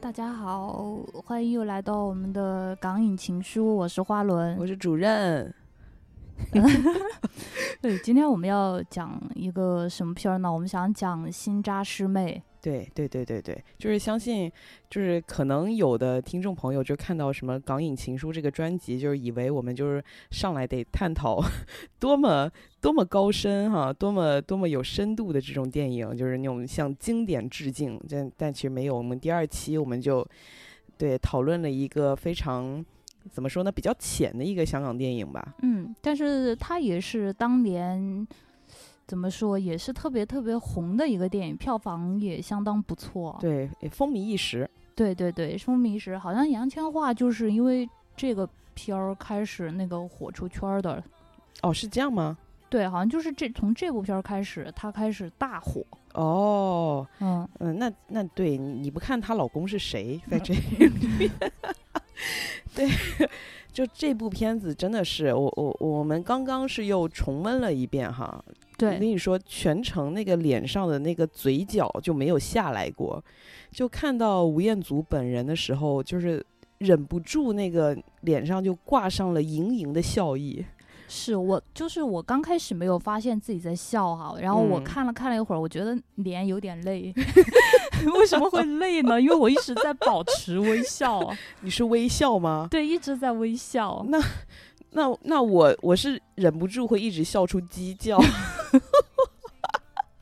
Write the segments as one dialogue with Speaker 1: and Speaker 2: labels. Speaker 1: 大家好，欢迎又来到我们的港影情书，我是花轮。
Speaker 2: 我是主任。
Speaker 1: 对，今天我们要讲一个什么片儿呢？我们想讲《新扎师妹
Speaker 2: 对对对对对，就是相信，就是可能有的听众朋友就看到什么《港影情书》这个专辑，就是以为我们就是上来得探讨多么多么高深哈、多么多么有深度的这种电影，就是那种向经典致敬。但但其实没有，我们第二期我们就对讨论了一个非常怎么说呢，比较浅的一个香港电影吧。》。
Speaker 1: 嗯，但是它也是当年怎么说，也是特别特别红的一个电影，票房也相当不错。
Speaker 2: 对，也风靡一时。
Speaker 1: 对对对，风靡一时。好像杨千嬅就是因为这个片儿开始那个火出圈儿的。
Speaker 2: 哦，是这样吗？
Speaker 1: 对，好像就是这从这部片儿开始，她开始大火。
Speaker 2: 哦，
Speaker 1: 嗯，
Speaker 2: 嗯，那那对你你不看她老公是谁在这 对，就这部片子真的是我我我们刚刚是又重温了一遍哈。我跟
Speaker 1: 对，
Speaker 2: 你说，全程那个脸上的那个嘴角就没有下来过，就看到吴彦祖本人的时候，就是忍不住那个脸上就挂上了盈盈的笑意。
Speaker 1: 是我就是我刚开始没有发现自己在笑哈，然后我
Speaker 2: 嗯
Speaker 1: 看了看了一会儿，我觉得脸有点累， 为什么会累呢？因为我一直在保持微笑啊，
Speaker 2: 你是微笑吗？
Speaker 1: 对，一直在微笑。啊
Speaker 2: 那那我我是忍不住会一直笑出鸡叫，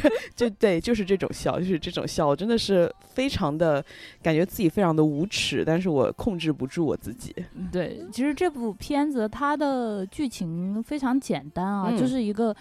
Speaker 2: 就就对，就是这种笑，就是这种笑，我真的是非常的感觉自己非常的无耻，但是我控制不住我 自己。
Speaker 1: 对，其实这部片子它的剧情非常简单啊，就
Speaker 2: 嗯
Speaker 1: 是一个。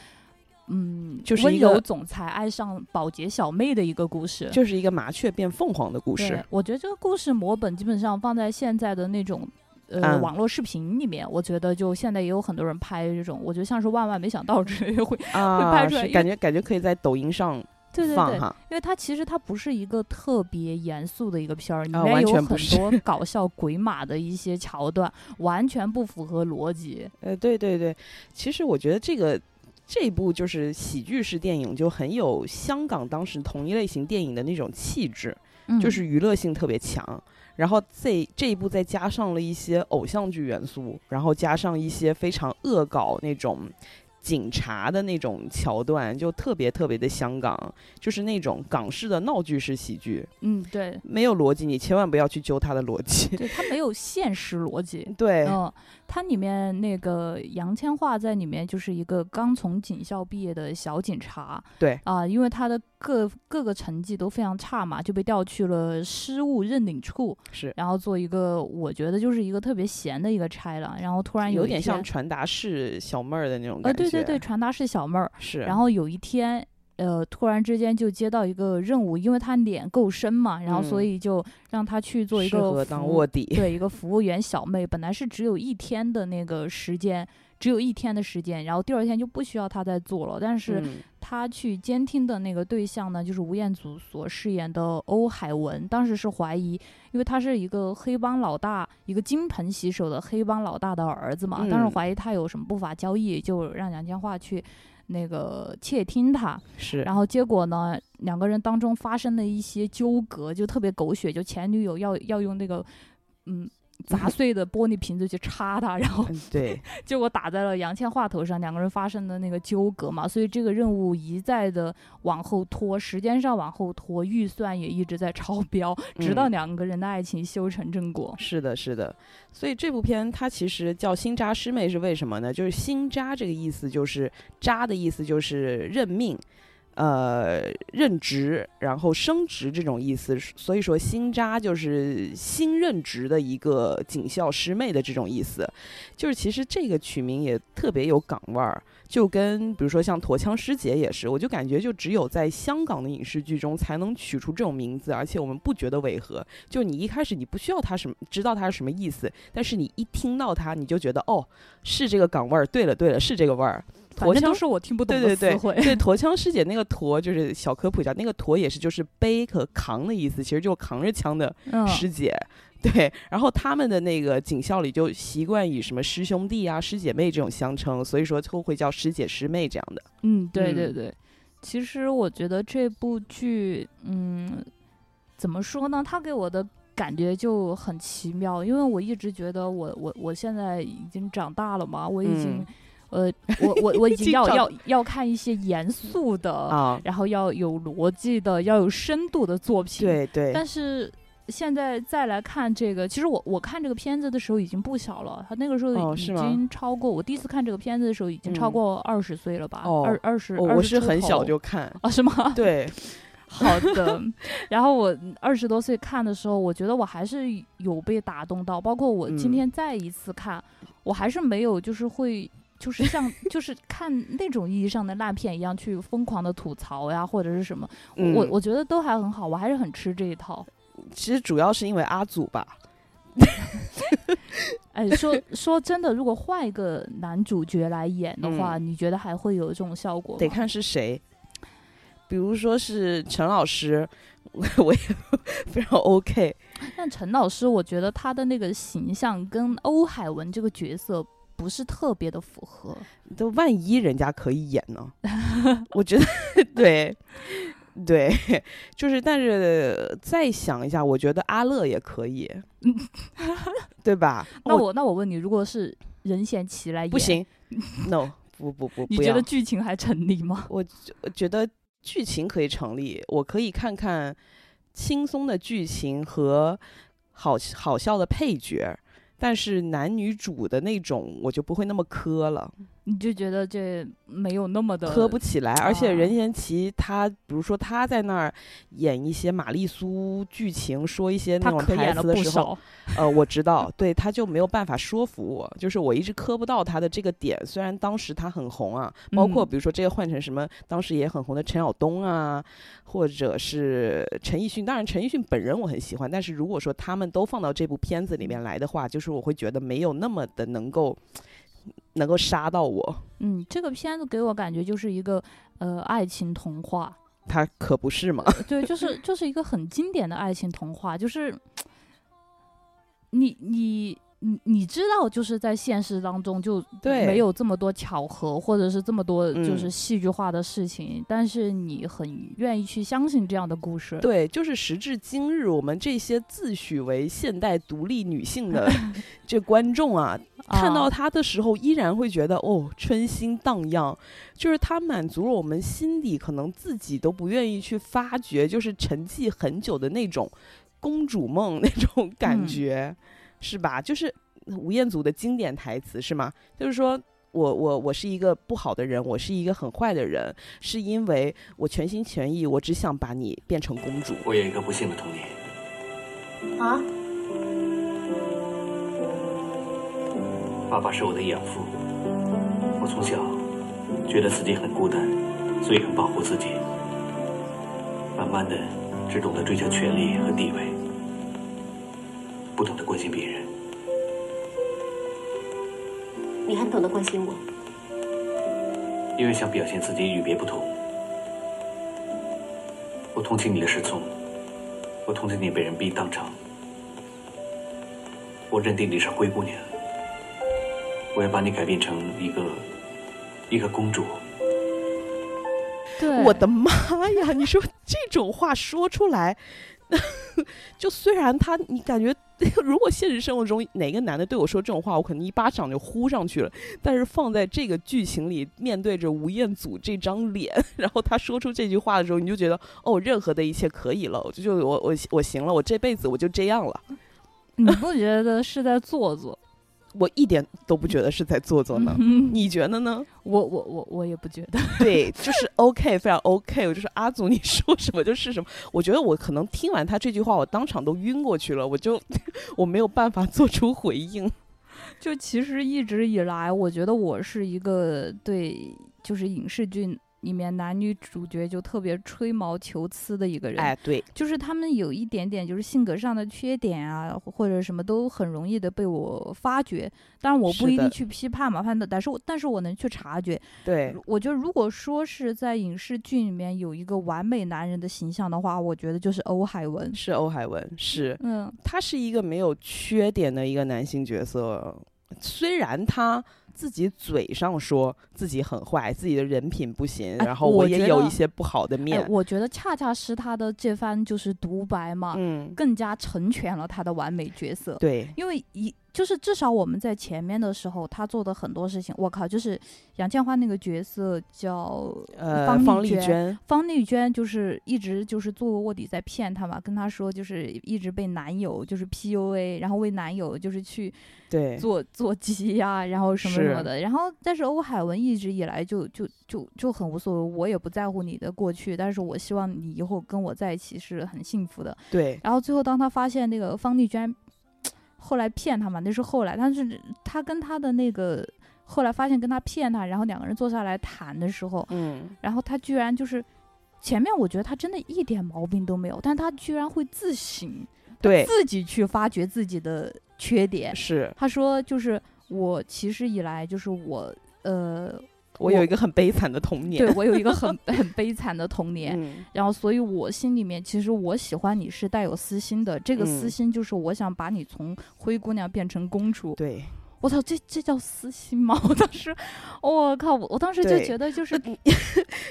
Speaker 1: 嗯，
Speaker 2: 就是
Speaker 1: 温
Speaker 2: 一个
Speaker 1: 柔总裁爱上保洁小妹的一个故事，
Speaker 2: 就是一个麻雀变凤凰的故
Speaker 1: 对
Speaker 2: 事，
Speaker 1: 我觉得这个故事模本基本上放在现在的那种。呃，
Speaker 2: 嗯
Speaker 1: 网络视频里面，我觉得就现在也有很多人拍这种，我觉得像是万万没想到之类的会，会
Speaker 2: 啊，
Speaker 1: 拍出来
Speaker 2: 是
Speaker 1: 因为
Speaker 2: 感觉感觉可以在抖音上
Speaker 1: 对对
Speaker 2: 放
Speaker 1: 对，
Speaker 2: 哈，
Speaker 1: 因为它其实它不是一个特别严肃的一个片儿，里
Speaker 2: 啊
Speaker 1: 面
Speaker 2: 完
Speaker 1: 有
Speaker 2: 全
Speaker 1: 很
Speaker 2: 不是
Speaker 1: 多搞笑鬼马的一些桥段，完全不符合逻辑。
Speaker 2: 呃，对对对，其实我觉得这个。这部就是喜剧式电影，就很有香港当时同一类型电影的那种气质。
Speaker 1: 嗯，
Speaker 2: 就是娱乐性特别强。然后这这一部再加上了一些偶像剧元素，然后加上一些非常恶搞那种警察的那种桥段，就特别特别的香港，就是那种港式的闹剧式喜剧，
Speaker 1: 嗯，对
Speaker 2: 没有逻辑，你千万不要去揪它的逻辑。
Speaker 1: 对，它没有现实逻辑。
Speaker 2: 对，
Speaker 1: 嗯，它里面那个杨千嬅在里面就是一个刚从警校毕业的小警察，
Speaker 2: 对
Speaker 1: 啊、因为她的各各个成绩都非常差嘛，就被调去了失物认领处，
Speaker 2: 是
Speaker 1: 然后做一个我觉得就是一个特别闲的一个差了，然后突然
Speaker 2: 有
Speaker 1: 一
Speaker 2: 点像
Speaker 1: 天
Speaker 2: 传达室小妹儿的那种
Speaker 1: 呃，
Speaker 2: 感
Speaker 1: 对
Speaker 2: 觉。
Speaker 1: 对对，，传达室小妹儿，
Speaker 2: 是。
Speaker 1: 然后有一天。呃，突然之间就接到一个任务，因为她脸够深嘛，然后所
Speaker 2: 嗯
Speaker 1: 以就让她去做一
Speaker 2: 适
Speaker 1: 个
Speaker 2: 合
Speaker 1: 服
Speaker 2: 当
Speaker 1: 务
Speaker 2: 卧底，
Speaker 1: 对，一个服务员小妹，本来是只有一天的那个时间，只有一天的时间，然后第二天就不需要她再做了。但是
Speaker 2: 嗯
Speaker 1: 她去监听的那个对象呢，就是吴彦祖所饰演的欧海文，当时是怀疑，因为他是一个黑帮老大，一个金盆洗手的黑帮老大的儿子嘛，当时
Speaker 2: 嗯
Speaker 1: 怀疑他有什么不法交易，就让杨千嬅去。那个窃听他，
Speaker 2: 是，
Speaker 1: 然后结果呢，两个人当中发生了一些纠葛，就特别狗血，就前女友要要用那个嗯砸 碎的玻璃瓶子去插他，然后
Speaker 2: 嗯 对，
Speaker 1: 结果打在了杨千嬅头上，两个人发生的那个纠葛嘛，所以这个任务一再的往后拖，时间上往后拖，预算也一直在超标，直到
Speaker 2: 嗯
Speaker 1: 两个人的爱情修成正果。
Speaker 2: 是的，是的，所以这部片它其实叫“新扎师妹”是为什么呢？就是“新扎”这个意思，就是“扎”的意思就是任命，呃，任职，然后升职这种意思。所以说，“新扎”就是新任职的一个警校师妹的这种意思。就是其实这个取名也特别有港味儿，就跟比如说像《驼枪师姐》也是，我就感觉就只有在香港的影视剧中才能取出这种名字，而且我们不觉得违和。就你一开始你不需要他什么，知道他是什么意思，但是你一听到他，你就觉得哦，是这个港味儿。对了对了，是这个味儿。
Speaker 1: 反
Speaker 2: 驼
Speaker 1: 正
Speaker 2: 枪
Speaker 1: 都是我听不懂
Speaker 2: 对
Speaker 1: 的
Speaker 2: 对
Speaker 1: 词
Speaker 2: 对
Speaker 1: 汇。
Speaker 2: 对，驼枪师姐那个驼就是小科普一下，那个驼也是就是背和扛的意思，其实就是扛着枪的
Speaker 1: 嗯，
Speaker 2: 师姐。对，然后他们的那个警校里就习惯以什么师兄弟啊、师姐妹这种相称，所以说就会叫师姐师妹这样的。
Speaker 1: 嗯，对对
Speaker 2: 嗯
Speaker 1: 对，其实我觉得这部剧，嗯，怎么说呢？他给我的感觉就很奇妙，因为我一直觉得我我我现在已经长大了嘛，我已经、呃，我我我已经
Speaker 2: 嗯经
Speaker 1: 要
Speaker 2: 长
Speaker 1: 要要看一些严肃的，
Speaker 2: 啊，
Speaker 1: 然后要有逻辑的，要有深度的作品。，
Speaker 2: 对对，
Speaker 1: 但是。现在再来看这个，其实我我看这个片子的时候已经不小了，他那个时候
Speaker 2: 哦
Speaker 1: 已
Speaker 2: 是吗
Speaker 1: 经超过、我第一次看这个片子的时候已经超
Speaker 2: 嗯
Speaker 1: 过二十岁了吧，
Speaker 2: 哦
Speaker 1: 二二十，
Speaker 2: 我
Speaker 1: 20
Speaker 2: 我是
Speaker 1: 出
Speaker 2: 很小
Speaker 1: 头
Speaker 2: 就看，
Speaker 1: 啊是 吗？
Speaker 2: 对，
Speaker 1: 好的， 然后我二十多岁看的时候，我觉得我还是有被打动到，包括我今
Speaker 2: 嗯
Speaker 1: 天再一次看，我还是没有就是会就是像 就是看那种意义上的烂片一样去疯狂的吐槽呀或者是什么，
Speaker 2: 嗯
Speaker 1: 我我觉得都还很好，我还是很吃这一套。
Speaker 2: 其实主要是因为阿祖吧，
Speaker 1: 哎，说说真的，如果换一个男主角来演的话，你觉得还会有这种效果吗？
Speaker 2: 嗯得看是谁。比如说是陈老师，我 我也非常 OK。
Speaker 1: 但陈老师，我觉得他的那个形象跟欧海文这个角色不是特别的符合。
Speaker 2: 都万一人家可以演呢？我觉得 对对，就是但是再想一下，我觉得阿乐也可以，对吧？
Speaker 1: 嗯
Speaker 2: 哦
Speaker 1: 那我那我问你，如果是任贤齐来演，
Speaker 2: 不，行，no，不不不，
Speaker 1: 你
Speaker 2: 不
Speaker 1: 觉
Speaker 2: 要
Speaker 1: 得剧情还成立吗？
Speaker 2: 我觉得剧情可以成立，我可以看看轻松的剧情和好好笑的配角，但是男女主的那种我就不会那么磕了，
Speaker 1: 你就觉得这没有那么的
Speaker 2: 磕不起来。而且
Speaker 1: 啊
Speaker 2: 任贤齐他，比如说他在那儿演一些玛丽苏剧情，说一些那
Speaker 1: 他
Speaker 2: 种
Speaker 1: 可
Speaker 2: 台
Speaker 1: 演了
Speaker 2: 词的
Speaker 1: 不
Speaker 2: 时候，
Speaker 1: 少，
Speaker 2: 呃，我知道，对，他就没有办法说服我，就是我一直磕不到他的这个点。虽然当时他很红啊，包括
Speaker 1: 嗯
Speaker 2: 比如说这个换成什么，当时也很红的陈晓东啊，或者是陈奕迅。当然，陈奕迅本人我很喜欢，但是如果说他们都放到这部片子里面来的话，就是我会觉得没有那么的能够能够杀到我。
Speaker 1: 嗯，这个片子给我感觉就是一个呃爱情童话，
Speaker 2: 他可不是嘛？
Speaker 1: 对，就是就是一个很经典的爱情童话，就是你你。你你知道，就是在现实当中就
Speaker 2: 对
Speaker 1: 没有这么多巧合，或者是这么多就是
Speaker 2: 嗯
Speaker 1: 戏剧化的事情，但是你很愿意去相信这样的故事。
Speaker 2: 对，就是时至今日，我们这些自诩为现代独立女性的这观众啊，
Speaker 1: 啊
Speaker 2: 看到他的时候，依然会觉得哦，春心荡漾，就是他满足了我们心底可能自己都不愿意去发掘，就是沉寂很久的那种公主梦那种感觉，是吧？就是吴彦祖的经典台词是吗？就是说。我我我是一个不好的人，我是一个很坏的人，是因为我全心全意，我只想把你变成公主。
Speaker 3: 我有一个不幸的童年，
Speaker 4: 啊，
Speaker 3: 爸爸是我的养父。我从小觉得自己很孤单，所以很保护自己。慢慢的，只懂得追求权力和地位，不懂得关心别人。
Speaker 4: 你还懂得关心我，
Speaker 3: 因为想表现自己与别不同。我同情你的失聪，我同情你被人逼当场。我认定你是灰姑娘，我要把你改变成一个一个公主。
Speaker 1: 对，
Speaker 2: 我的妈呀！你说这种话说出来， 就虽然他，你感觉 如果现实生活中哪个男的对我说这种话，我可能一巴掌就呼上去了。但是放在这个剧情里，面对着吴彦祖这张脸， 然后他说出这句话的时候，你就觉得哦，任何的一切可以了，我就就我我我行了，我这辈子我就这样了。
Speaker 1: 你不觉得是在做作？
Speaker 2: 我一点都不觉得是在做作呢，你觉得呢？
Speaker 1: 我我我我也不觉得，
Speaker 2: 对，就是 OK，非常 OK。我就是阿祖，你说什么就是什么。我觉得我可能听完他这句话，我当场都晕过去了，我就我没有办法做出回应。
Speaker 1: 就其实一直以来，我觉得我是一个对就是影视剧里面男女主角就特别吹毛求疵的一个人，
Speaker 2: 哎，对，
Speaker 1: 就是他们有一点点就是性格上的缺点啊，或者什么都很容易的被我发掘。当然我不
Speaker 2: 是
Speaker 1: 一定
Speaker 2: 的
Speaker 1: 去批判嘛，反正但是我但是我能去察觉。
Speaker 2: 对，
Speaker 1: 我觉得如果说是在影视剧里面有一个完美男人的形象的话，我觉得就是欧海文。
Speaker 2: 是欧海文，是
Speaker 1: 嗯，
Speaker 2: 他是一个没有缺点的一个男性角色，虽然他自己嘴上说自己很坏，自己的人品不行，
Speaker 1: 哎
Speaker 2: 然后
Speaker 1: 我觉
Speaker 2: 也有
Speaker 1: 得
Speaker 2: 一些不好的面
Speaker 1: 哎，，我觉得恰恰是他的这番就是独白嘛，
Speaker 2: 嗯，
Speaker 1: 更加成全了他的完美角色。
Speaker 2: 对，
Speaker 1: 因为一就是至少我们在前面的时候，他做的很多事情，我靠，就是杨千嬅那个角色叫
Speaker 2: 呃，
Speaker 1: 方
Speaker 2: 方
Speaker 1: 丽
Speaker 2: 丽
Speaker 1: 娟
Speaker 2: 娟，
Speaker 1: 方丽娟，就是一直就是做卧底在骗他嘛，跟他说就是一直被男友就是 PUA，然后为男友就是去
Speaker 2: 对，
Speaker 1: 做做鸡呀、然后什么什么
Speaker 2: 是
Speaker 1: 的。然后但是欧海文一直以来就就就就很无所谓，我也不在乎你的过去，但是我希望你以后跟我在一起是很幸福的。
Speaker 2: 对，
Speaker 1: 然后最后当他发现那个方丽娟后来骗他嘛，那是后来，但是他跟他的那个后来发现跟他骗他，然后两个人坐下来谈的时候，
Speaker 2: 嗯，
Speaker 1: 然后他居然就是前面我觉得他真的一点毛病都没有，但他居然会自省，
Speaker 2: 对，
Speaker 1: 自己去发掘自己的缺点。
Speaker 2: 是
Speaker 1: 他说就是我其实以来就是我呃，
Speaker 2: 我有
Speaker 1: 我
Speaker 2: 一个很悲惨的童年，
Speaker 1: 对我有一个 很很悲惨的童年，
Speaker 2: 嗯，
Speaker 1: 然后，所以我心里面其实我喜欢你是带有私心的，这个私
Speaker 2: 嗯
Speaker 1: 心就是我想把你从灰姑娘变成公主。
Speaker 2: 对，
Speaker 1: 我操，这这叫私心吗？ 我当时，我靠，我我当时就
Speaker 2: 对
Speaker 1: 觉得就是
Speaker 2: 那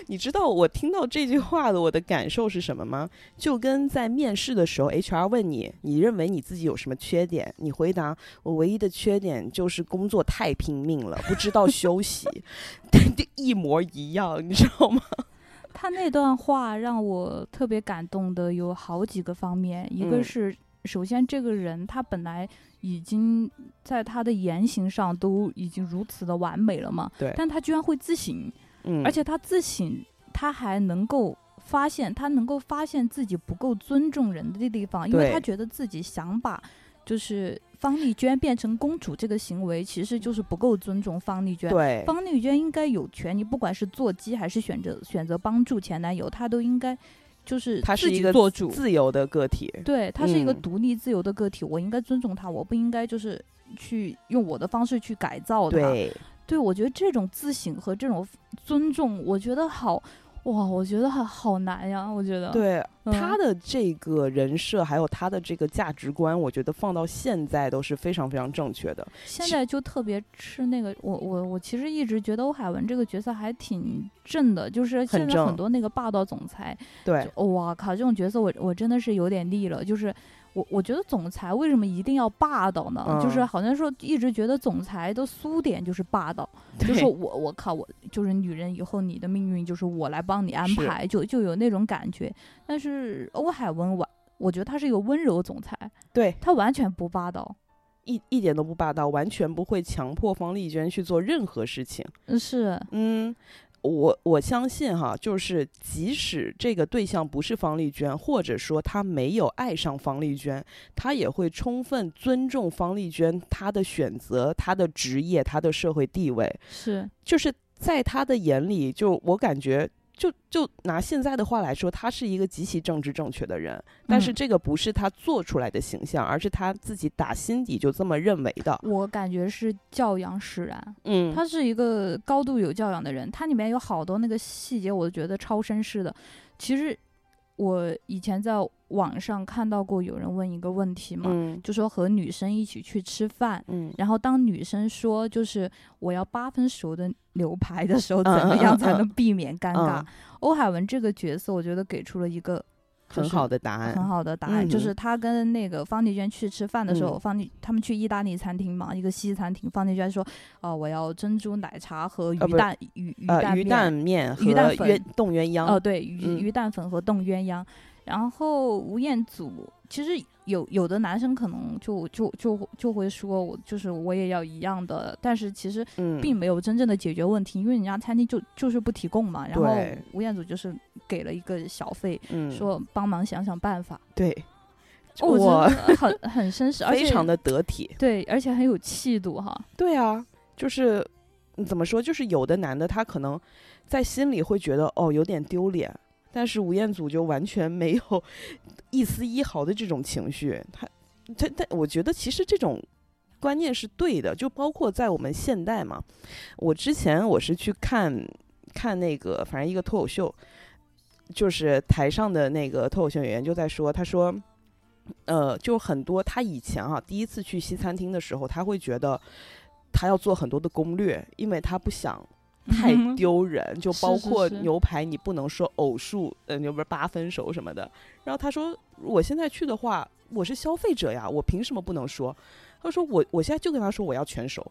Speaker 2: 你知道我听到这句话的我的感受是什么吗？就跟在面试的时候，HR 问你，你认为你自己有什么缺点？你回答我唯一的缺点就是工作太拼命了，不知道休 息，对，就一模一样，你知道吗？
Speaker 1: 他那段话让我特别感动的有好几个方面，一个
Speaker 2: 嗯
Speaker 1: 是首先这个人他本来已经在他的言行上都已经如此的完美了嘛，
Speaker 2: 对
Speaker 1: 但他居然会自省，
Speaker 2: 嗯，
Speaker 1: 而且他自省，他还能够发现，他能够发现自己不够尊重人的地方，因为
Speaker 2: 对
Speaker 1: 他觉得自己想把就是方丽娟变成公主这个行为，其实就是不够尊重方丽娟。
Speaker 2: 对，
Speaker 1: 方丽娟应该有权，你不管是做鸡还是选择选择帮助前男友，她都应该就是
Speaker 2: 他
Speaker 1: 自
Speaker 2: 是
Speaker 1: 己
Speaker 2: 一个
Speaker 1: 做主。
Speaker 2: 自由的个体，
Speaker 1: 对，她是一个
Speaker 2: 嗯
Speaker 1: 独立自由的个体，我应该尊重她，我不应该就是去用我的方式去改造她。
Speaker 2: 对，
Speaker 1: 对，我觉得这种自省和这种尊重，我觉得好哇，我觉得好好难呀，我觉得。
Speaker 2: 对，
Speaker 1: 嗯
Speaker 2: 他的这个人设还有他的这个价值观，我觉得放到现在都是非常非常正确的。
Speaker 1: 现
Speaker 2: 其
Speaker 1: 在就特别吃那个，我我我其实一直觉得欧海文这个角色还挺正的，就是现在
Speaker 2: 正
Speaker 1: 很多那个霸道总裁，
Speaker 2: 对，
Speaker 1: 就哇靠，这种角色我我真的是有点腻了，就是。我我觉得总裁为什么一定要霸道呢？就是
Speaker 2: 嗯
Speaker 1: 好像说一直觉得总裁的苏点就是霸 道，就
Speaker 2: 对
Speaker 1: 说我我靠我就是女人，以后你的命运就是我来帮你安
Speaker 2: 是
Speaker 1: 排，就就有那种感觉。但是欧海文完，我觉得他是一个温柔总裁，
Speaker 2: 对，
Speaker 1: 他完全不霸道。
Speaker 2: 一一点都不霸道，完全不会强迫方丽娟去做任何事情。
Speaker 1: 嗯是，
Speaker 2: 嗯，我我相信哈，就是即使这个对象不是方丽娟，或者说他没有爱上方丽娟，他也会充分尊重方丽娟她的选择、她的职业、她的社会地位。
Speaker 1: 是
Speaker 2: 就是在他的眼里，就我感觉。就就拿现在的话来说，他是一个极其政治正确的人，但是
Speaker 1: 嗯
Speaker 2: 这个不是他做出来的形象，而是他自己打心底就这么认为的。
Speaker 1: 我感觉是教养使然。
Speaker 2: 嗯，
Speaker 1: 他是一个高度有教养的人，他里面有好多那个细节，我觉得超绅士的。其实我以前在网上看到过有人问一个问题嘛，
Speaker 2: 嗯
Speaker 1: 就说和女生一起去吃饭，
Speaker 2: 嗯，
Speaker 1: 然后当女生说就是我要八分熟的牛排的时候，怎
Speaker 2: 嗯
Speaker 1: 么
Speaker 2: 嗯
Speaker 1: 样
Speaker 2: 嗯
Speaker 1: 才
Speaker 2: 嗯
Speaker 1: 能避免尴尬？
Speaker 2: 嗯
Speaker 1: 欧海文这个角色，我觉得给出了一个就
Speaker 2: 很
Speaker 1: 是
Speaker 2: 好的答
Speaker 1: 很
Speaker 2: 案。
Speaker 1: 好的答案，就
Speaker 2: 嗯
Speaker 1: 是他跟那个方丽娟去吃饭的时候，
Speaker 2: 嗯
Speaker 1: 方丽他们去意大利餐厅嘛，一个西餐厅，方丽娟说：“哦、我要珍珠奶茶和鱼
Speaker 2: 呃不是
Speaker 1: 蛋、鱼鱼蛋
Speaker 2: 呃，
Speaker 1: 面
Speaker 2: 鱼蛋面和
Speaker 1: 鱼蛋粉
Speaker 2: 鸳冻鸳鸯，
Speaker 1: 哦、对，鱼、
Speaker 2: 嗯
Speaker 1: 鱼蛋粉和冻鸳鸯。”然后吴彦祖其实有有的男生可能就就就就会说我就是我也要一样的，但是其实
Speaker 2: 嗯，
Speaker 1: 并没有真正的解决问题，因为人家餐厅就就是不提供嘛。然后
Speaker 2: 对
Speaker 1: 吴彦祖就是给了一个小费，
Speaker 2: 嗯
Speaker 1: 说帮忙想想办法。
Speaker 2: 对，
Speaker 1: 哦我觉
Speaker 2: 我
Speaker 1: 得很很绅 士，而且
Speaker 2: 非常的得体。
Speaker 1: 对，而且很有气度哈。
Speaker 2: 对啊，就是嗯怎么说，就是有的男的他可能在心里会觉得哦有点丢脸，但是吴彦祖就完全没有一丝一毫的这种情绪。他他他，我觉得其实这种观念是对的，就包括在我们现代嘛。我之前我是去看看那个，反正一个脱口秀，就是台上的那个脱口秀演员就在说，他说。呃，就很多他以前啊，第一次去西餐厅的时候，他会觉得他要做很多的攻略，因为他不想太
Speaker 1: 嗯
Speaker 2: 丢人，就包
Speaker 1: 是是
Speaker 2: 括
Speaker 1: 是
Speaker 2: 牛排，你不能说偶数，呃，牛不是八分熟什么的。然后他说，我现在去的话，我是消费者呀，我凭什么不能说？他说我我现在就跟他说我要全熟，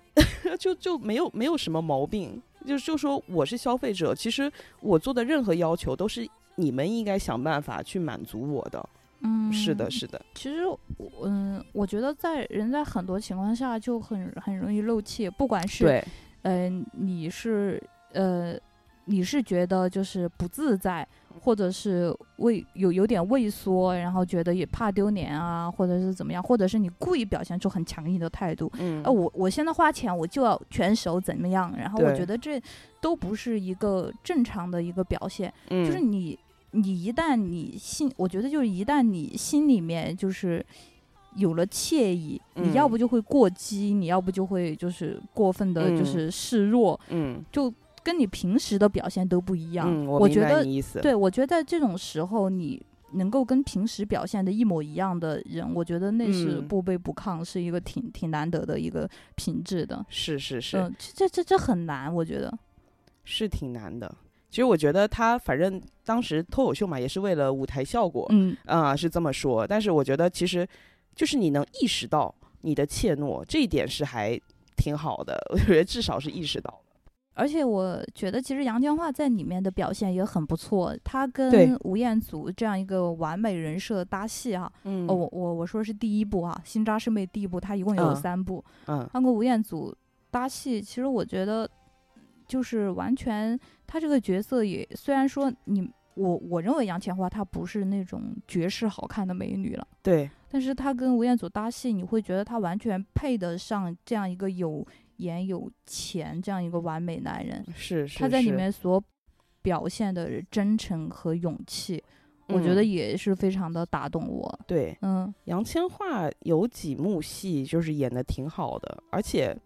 Speaker 2: 就就没有没有什么毛病，就就说我是消费者，其实我做的任何要求都是你们应该想办法去满足我的。
Speaker 1: 嗯，
Speaker 2: 是的，是的，
Speaker 1: 其实我，嗯，我觉得在人在很多情况下就很很容易漏气，不管是
Speaker 2: 对，
Speaker 1: 嗯，你是呃，你是觉得就是不自在，或者是畏有有点畏缩，然后觉得也怕丢脸啊，或者是怎么样，或者是你故意表现出很强硬的态度。
Speaker 2: 嗯，
Speaker 1: 呃，我我现在花钱，我就要全手怎么样？然后我
Speaker 2: 对
Speaker 1: 觉得这都不是一个正常的一个表现，
Speaker 2: 嗯
Speaker 1: 就是你你一旦你心，我觉得就是一旦你心里面就是有了惬意，你要
Speaker 2: 嗯
Speaker 1: 不就会过激，你要不就会就是过分的就
Speaker 2: 嗯
Speaker 1: 是示弱，
Speaker 2: 嗯
Speaker 1: 就跟你平时的表现都不一样。
Speaker 2: 嗯，
Speaker 1: 我
Speaker 2: 明
Speaker 1: 觉
Speaker 2: 白
Speaker 1: 得，
Speaker 2: 你意思，
Speaker 1: 对我觉得在这种时候你。能够跟平时表现的一模一样的人，我觉得那是
Speaker 2: 嗯
Speaker 1: 不卑不亢，是一个挺挺难得的一个品质的。
Speaker 2: 是是是、
Speaker 1: 嗯，这这这这很难，我觉得。
Speaker 2: 是挺难的。其实我觉得他反正当时脱口秀嘛，也是为了舞台效果，
Speaker 1: 嗯，
Speaker 2: 啊、是这么说。但是我觉得其实就是你能意识到你的怯懦，这一点是还挺好的。我觉得至少是意识到了。
Speaker 1: 而且我觉得，其实杨千嬅在里面的表现也很不错。她跟
Speaker 2: 对
Speaker 1: 吴彦祖这样一个完美人设搭戏哈、
Speaker 2: 嗯
Speaker 1: 哦，我我我说是第一部哈、啊新扎师妹》第一部，她一共有
Speaker 2: 嗯
Speaker 1: 三部。
Speaker 2: 嗯
Speaker 1: 她跟吴彦祖搭戏，其实我觉得就是完全，她这个角色也虽然说你我我认为杨千嬅她不是那种绝世好看的美女了。
Speaker 2: 对，
Speaker 1: 但是他跟吴彦祖搭戏，你会觉得他完全配得上这样一个有颜有钱这样一个完美男人。
Speaker 2: 是是
Speaker 1: 他在里
Speaker 2: 是
Speaker 1: 面所表现的真诚和勇气，我觉得
Speaker 2: 嗯
Speaker 1: 也是非常的打动我。
Speaker 2: 对
Speaker 1: 嗯
Speaker 2: 杨千嬅有几幕戏就是演的挺好的，而且。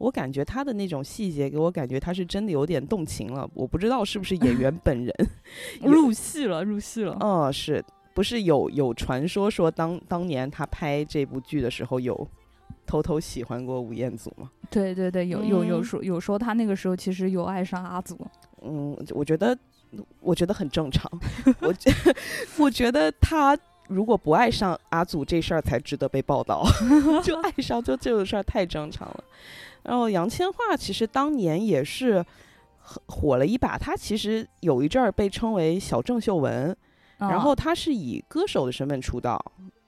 Speaker 2: 我感觉她的那种细节，给我感觉她是真的有点动情了。我不知道是不是演员本人，有
Speaker 1: 戏了，入戏了
Speaker 2: 哦，是不是有有传说说当当年他拍这部剧的时候有偷偷喜欢过吴彦祖吗？
Speaker 1: 对对对，有有有
Speaker 2: 嗯
Speaker 1: 说有说他那个时候其实有爱上阿祖。
Speaker 2: 嗯，我觉得我觉得很正常， 我觉我觉得他。如果不爱上阿祖这事儿才值得被报道， 就爱上就这种事儿太正常了。然后杨千嬅其实当年也是很火了一把，她其实有一阵儿被称为小郑秀文，然
Speaker 1: 啊
Speaker 2: 后她是以歌手的身份出道。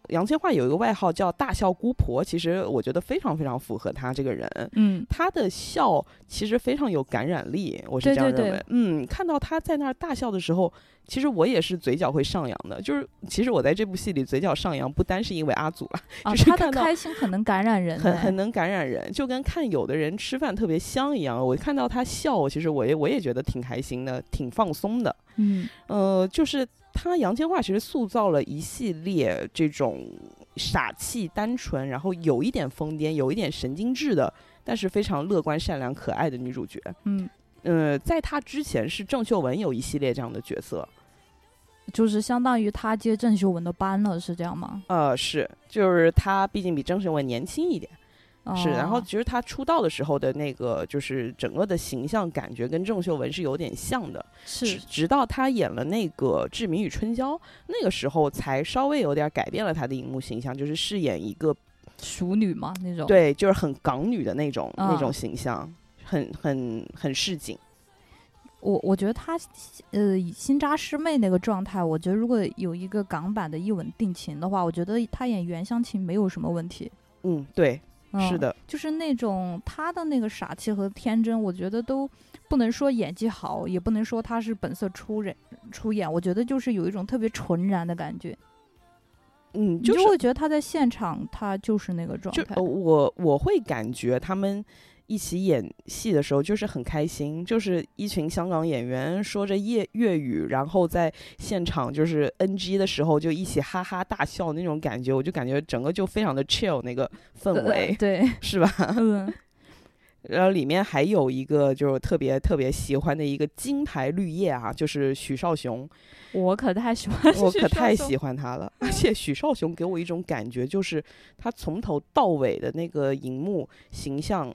Speaker 2: 杨千嬅有一个外号叫“大笑姑婆”，其实我觉得非常非常符合她这个人。
Speaker 1: 嗯，
Speaker 2: 她的笑其实非常有感染力，我
Speaker 1: 对
Speaker 2: 是这样认
Speaker 1: 对
Speaker 2: 为。
Speaker 1: 对
Speaker 2: 嗯，看到她在那儿大笑的时候，其实我也是嘴角会上扬的。就是其实我在这部戏里嘴角上扬，不单是因为阿祖了，
Speaker 1: 啊，
Speaker 2: 就是
Speaker 1: 他的
Speaker 2: 看到
Speaker 1: 开心很能感染人
Speaker 2: 很
Speaker 1: 哎，
Speaker 2: 很能感染人，就跟看有的人吃饭特别香一样。我看到她笑，其实我也我也觉得挺开心的，挺放松的。
Speaker 1: 嗯
Speaker 2: 呃，就是他杨千嬅其实塑造了一系列这种傻气、单纯，然后有一点疯癫、有一点神经质的，但是非常乐观、善良、可爱的女主角。
Speaker 1: 嗯，
Speaker 2: 呃，在她之前是郑秀文有一系列这样的角色，
Speaker 1: 就是相当于他接郑秀文的班了，是这样吗？
Speaker 2: 呃，是，就是她毕竟比郑秀文年轻一点，是。然后
Speaker 1: 哦
Speaker 2: 其实她出道的时候的那个，就是整个的形象感觉跟郑秀文是有点像的，直
Speaker 1: 是
Speaker 2: 直到他演了那个《志明与春娇》，那个时候才稍微有点改变了他的荧幕形象，就是饰演一个
Speaker 1: 熟女嘛那种。
Speaker 2: 对，就是很港女的那种、
Speaker 1: 啊
Speaker 2: 那种形象，很很很市井。
Speaker 1: 我我觉得她呃以新扎师妹那个状态，我觉得如果有一个港版的一吻定情的话，我觉得她演袁湘琴没有什么问题。
Speaker 2: 嗯，对，
Speaker 1: 嗯、
Speaker 2: 是，的，
Speaker 1: 就是那种她的那个傻气和天真，我觉得都不能说演技好，也不能说她是本色出人出演，我觉得就是有一种特别纯然的感觉，
Speaker 2: 嗯，
Speaker 1: 你
Speaker 2: 就是
Speaker 1: 会觉得她在现场她就是那个状
Speaker 2: 就
Speaker 1: 态
Speaker 2: 呃。我我会感觉他们一起演戏的时候就是很开心，就是一群香港演员说着粤粤语，然后在现场就是 NG 的时候就一起哈哈大笑那种感 觉，我就感觉整个就非常的 chill 那个氛
Speaker 1: 呃
Speaker 2: 围，
Speaker 1: 对，
Speaker 2: 是吧？
Speaker 1: 嗯，
Speaker 2: 然后里面还有一个就是我特别特别喜欢的一个金牌绿叶啊，就是许绍 雄，
Speaker 1: 我可太喜欢
Speaker 2: 我
Speaker 1: 许
Speaker 2: 可太
Speaker 1: 绍雄
Speaker 2: 喜欢他 了。而且许绍雄给我一种感觉，就是他从头到尾的那个荧幕形象，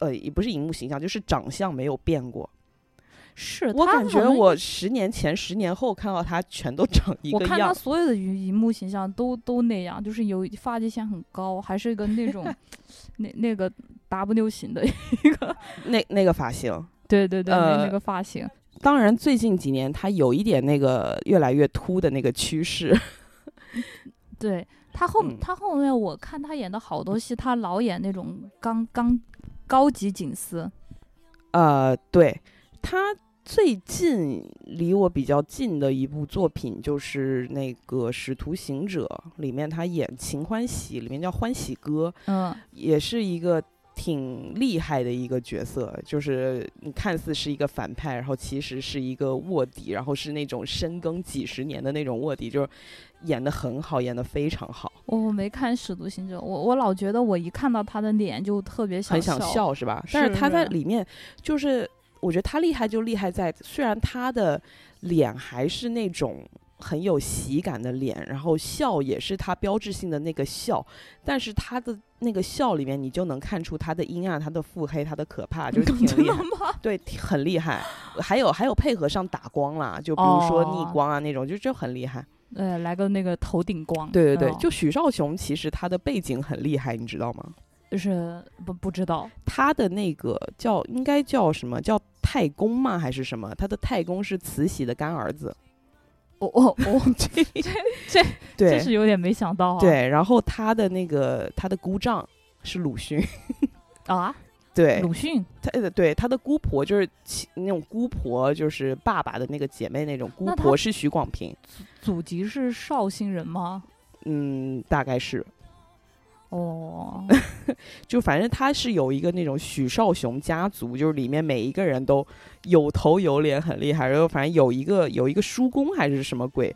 Speaker 2: 呃，也不是荧幕形象，就是长相没有变过。
Speaker 1: 是，
Speaker 2: 我
Speaker 1: 他
Speaker 2: 感
Speaker 1: 好
Speaker 2: 觉
Speaker 1: 像
Speaker 2: 我十年前、十年后看到他，全都长一
Speaker 1: 我
Speaker 2: 个
Speaker 1: 看
Speaker 2: 样
Speaker 1: 他。所有的荧幕形象都都那样，就是有发际线很高，还是一个 那种那那个 W 型的一个，
Speaker 2: 那那个发型，
Speaker 1: 对对对，那
Speaker 2: 呃
Speaker 1: 那个发型，
Speaker 2: 当然最近几年他有一点那个越来越秃的那个趋势。
Speaker 1: 对他后、
Speaker 2: 嗯
Speaker 1: 他后面我看他演的好多戏，他老演那种刚刚高级警司，
Speaker 2: 呃，对他最近离我比较近的一部作品就是那个《使徒行者》，里面他演秦欢喜，里面叫欢喜哥，
Speaker 1: 嗯，
Speaker 2: 也是一个挺厉害的一个角色，就是你看似是一个反派，然后其实是一个卧底，然后是那种深耕几十年的那种卧底，就是演的很好，演的非常好，
Speaker 1: 我我没看《使徒行者》，我我老觉得我一看到他的脸就特别
Speaker 2: 很
Speaker 1: 想
Speaker 2: 想笑是吧？但
Speaker 1: 是
Speaker 2: 他在
Speaker 1: 是
Speaker 2: 里面就是，我觉得他厉害就厉害在，虽然他的脸还是那种。很有喜感的脸，然后笑也是他标志性的那个笑，但是他的那个笑里面，你就能看出他的阴暗、他的腹黑、他的可怕，啊 就是挺
Speaker 1: 真
Speaker 2: 厉
Speaker 1: 的
Speaker 2: 害。
Speaker 1: 吗？
Speaker 2: 对，挺很厉害。还有还有配合上打光啦，就比如说逆
Speaker 1: 哦
Speaker 2: 光啊那种，就就很厉害。
Speaker 1: 呃，来个那个头顶光，
Speaker 2: 对对对，
Speaker 1: 嗯
Speaker 2: 就许绍雄其实他的背景很厉害，你知道吗？
Speaker 1: 就是不不知 道，
Speaker 2: 他的那个叫应该叫什么叫太公吗？还是什么？他的太公是慈禧的干儿子。
Speaker 1: 我我我这
Speaker 2: 对
Speaker 1: 这是有点没想到啊，
Speaker 2: 对，然后他的那个他的姑丈是鲁迅。
Speaker 1: 啊，
Speaker 2: 对，
Speaker 1: 鲁迅
Speaker 2: 他呃对他的姑婆就是其那种姑婆，就是爸爸的那个姐妹那种姑
Speaker 1: 那他
Speaker 2: 婆是许广平。
Speaker 1: 祖籍是绍兴人吗？
Speaker 2: 嗯，大概是。
Speaker 1: 哦，
Speaker 2: 就反正他是有一个那种许绍雄家族，就是里面每一个人都有头有脸，很厉害。然后反正有一个有一个叔公还是什么鬼，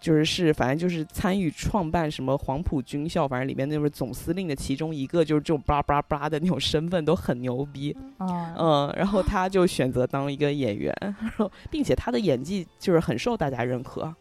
Speaker 2: 就是是反正就是参与创办什么黄埔军校，反正里面那是总司令的其中一个，就是这种叭叭叭的那种身份都很牛逼。
Speaker 1: 啊，
Speaker 2: 嗯，然后他就选择当一个演员，然后并且他的演技就是很受大家认可。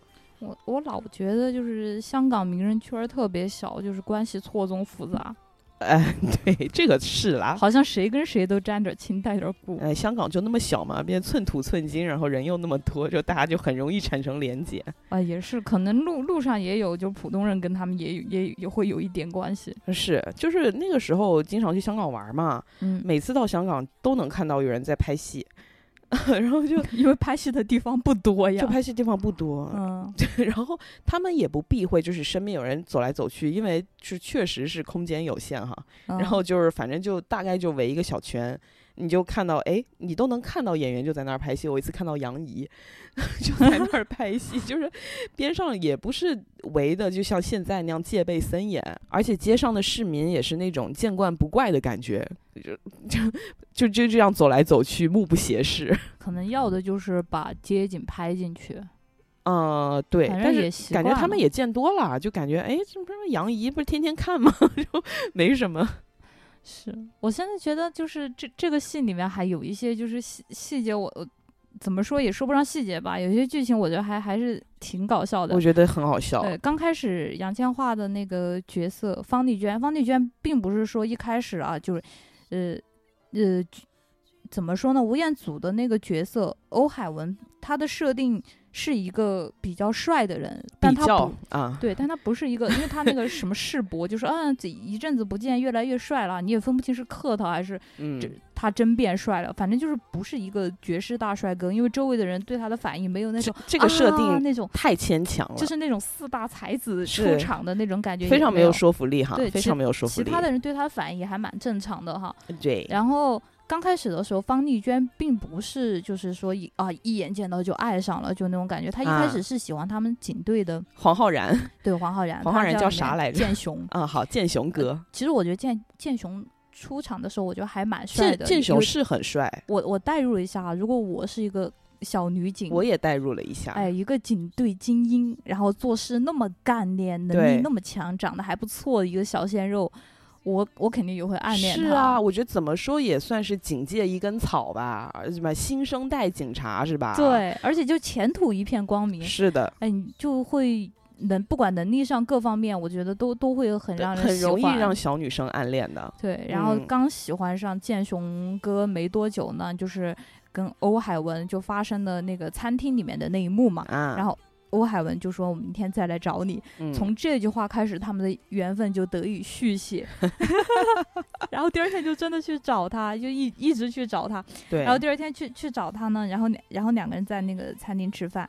Speaker 1: 我我老觉得就是香港名人圈儿特别小，就是关系错综复杂，
Speaker 2: 哎， 对，这个是啦。
Speaker 1: 好像谁跟谁都沾点亲带点故。
Speaker 2: 哎，香港就那么小嘛，变寸土寸金，然后人又那么多，就大家就很容易产生连结。
Speaker 1: 啊，也是，可能路路上也有，就普通人跟他们也有也也会有一点关系。
Speaker 2: 是，就是那个时候经常去香港玩嘛，
Speaker 1: 嗯，
Speaker 2: 每次到香港都能看到有人在拍戏， 然 后就
Speaker 1: 因为拍戏的地方不多呀
Speaker 2: 就。拍戏地方不多，
Speaker 1: 嗯，
Speaker 2: 然后他们也不避讳，就是身边有人走来走去，因为是确实是空间有限哈，
Speaker 1: 然
Speaker 2: 然后就是反正就大概就围一个小圈，你就看到哎，你都能看到演员就在那儿拍戏。我一次看到杨怡 就在那儿拍戏，就是边上也不是围的，就像现在那样戒备森严，而且街上的市民也是那种见惯不怪的感觉，就就就就这样走来走去，目不斜视。
Speaker 1: 可能要的就是把街景拍进去。
Speaker 2: 嗯、对，
Speaker 1: 反
Speaker 2: 但
Speaker 1: 正也
Speaker 2: 是
Speaker 1: 习
Speaker 2: 感觉
Speaker 1: 惯
Speaker 2: 他们
Speaker 1: 了
Speaker 2: 也见多了，就感觉哎，这不是杨怡不是天天看吗？ 就没什么。
Speaker 1: 是我现在觉得就是这这个戏里面还有一些就是细细节我，我怎么说也说不上细节吧，有些剧情我觉得还还是挺搞笑的
Speaker 2: 我。觉得很好笑。
Speaker 1: 对，刚开始杨千嬅的那个角色方丽娟，方丽娟并不是说一开始啊，就是，呃，呃，怎么说呢？吴彦祖的那个角色欧海文，他的设定是一个比较帅的人，但
Speaker 2: 比
Speaker 1: 他
Speaker 2: 较
Speaker 1: 不
Speaker 2: 啊，
Speaker 1: 对，但他不是一个，因为他那个什么世博，就是啊，这一阵子不见，越来越帅了，你也分不清是客套还是
Speaker 2: 嗯
Speaker 1: 这、他真变帅了，反正就是不是一个绝世大帅哥，因为周围的人对他的反应没有那
Speaker 2: 这
Speaker 1: 种
Speaker 2: 这个设
Speaker 1: 啊
Speaker 2: 定
Speaker 1: 那种。
Speaker 2: 太牵强了，
Speaker 1: 就是那种四大才子出
Speaker 2: 是
Speaker 1: 场的那种感觉，
Speaker 2: 非常
Speaker 1: 没
Speaker 2: 没有说服力哈，
Speaker 1: 对
Speaker 2: 非
Speaker 1: 其
Speaker 2: 常没有说服
Speaker 1: 其
Speaker 2: 力。
Speaker 1: 他的人对他的反应也还蛮正常的哈。
Speaker 2: 对，
Speaker 1: 然后刚开始的时候，方丽娟并不是就是说一啊一眼见到就爱上了，就那种感觉。她一
Speaker 2: 啊
Speaker 1: 开始是喜欢他们警队的、
Speaker 2: 黄浩然
Speaker 1: 对黄浩然，
Speaker 2: 黄
Speaker 1: 他
Speaker 2: 浩然叫
Speaker 1: 里
Speaker 2: 啥
Speaker 1: 面
Speaker 2: 来着
Speaker 1: 剑雄。
Speaker 2: 啊，好，剑
Speaker 1: 呃
Speaker 2: 雄哥，
Speaker 1: 其实我觉得剑剑雄出场的时候，我觉得还蛮帅
Speaker 2: 剑
Speaker 1: 的。
Speaker 2: 剑
Speaker 1: 有
Speaker 2: 雄是很帅，
Speaker 1: 我我代入了一下啊，如果我是一个小女警，
Speaker 2: 我也代入了一下。
Speaker 1: 哎，一个警队精英，然后做事那么干练，能
Speaker 2: 对
Speaker 1: 力那么强，长得还不错的一个小鲜肉，我我肯定也会暗恋他。
Speaker 2: 是啊，我觉得怎么说也算是警戒一根草吧，什么新生代警察是吧？，
Speaker 1: 对，而且就前途一片光明，
Speaker 2: 啊是的，
Speaker 1: 哎，你就会能不管能力上各方面，我觉得都都会很让人
Speaker 2: 很
Speaker 1: 喜
Speaker 2: 容易
Speaker 1: 欢
Speaker 2: 让小女生暗恋的。
Speaker 1: 对，然后
Speaker 2: 嗯
Speaker 1: 刚喜欢上建雄哥没多久呢，就是跟欧海文就发生了那个餐厅里面的那一幕嘛。
Speaker 2: 啊，
Speaker 1: 然后欧海文就说：“我明天再来找你。
Speaker 2: 嗯
Speaker 1: 从这句话开始，他们的缘分就得以续 写。然后第二天就真的去找他，就一一直去找他。
Speaker 2: 对，
Speaker 1: 然后第二天去去找他呢，然后两然后两个人在那个餐厅吃饭。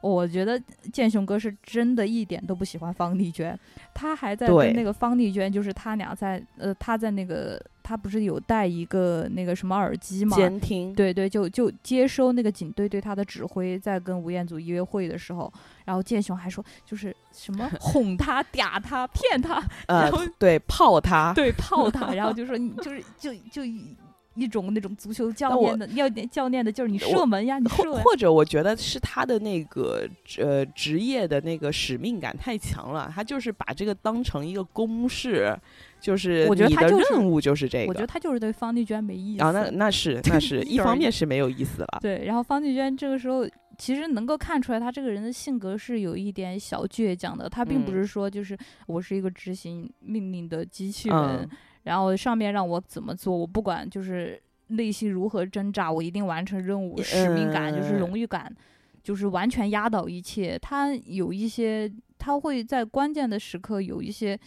Speaker 1: 我觉得建雄哥是真的一点都不喜欢方丽娟，他还在
Speaker 2: 对
Speaker 1: 跟那个方丽娟，就是他俩在呃，他在那个他不是有戴一个那个什么耳机嘛？
Speaker 2: 监听，
Speaker 1: 对对，就就接收那个警队对他的指挥，在跟吴彦祖约会的时候，然后建雄还说就是什 么哄他、嗲他、骗他，
Speaker 2: 呃
Speaker 1: 然后，
Speaker 2: 对，泡他，
Speaker 1: 对，泡他，然后就说你就是就就一一种那种足球教
Speaker 2: 那我
Speaker 1: 练的要教练的就是你
Speaker 2: 我
Speaker 1: 射门呀，你射
Speaker 2: 或
Speaker 1: 门。
Speaker 2: 或者我觉得是他的那个呃职业的那个使命感太强了，他就是把这个当成一个公式，就是
Speaker 1: 我觉得
Speaker 2: 你
Speaker 1: 他
Speaker 2: 的
Speaker 1: 就是
Speaker 2: 任务就是这
Speaker 1: 我觉得。
Speaker 2: 个
Speaker 1: 他就是对方丽娟没意思。
Speaker 2: 啊，那那是那是
Speaker 1: 一
Speaker 2: 一
Speaker 1: 点儿
Speaker 2: 方
Speaker 1: 意
Speaker 2: 面是没有意思了，
Speaker 1: 对，然后方丽娟这个时候其实能够看出来，她这个人的性格是有一点小倔强的。她并不
Speaker 2: 嗯
Speaker 1: 是说就是我是一个执行命令的机器人，
Speaker 2: 嗯
Speaker 1: 然后上面让我怎么做，我不管，就是内心如何挣扎，我一定完成任务。使命感就是
Speaker 2: 呃
Speaker 1: 荣誉感，就是完全压倒一切。她有一些，她会在关键的时刻有一些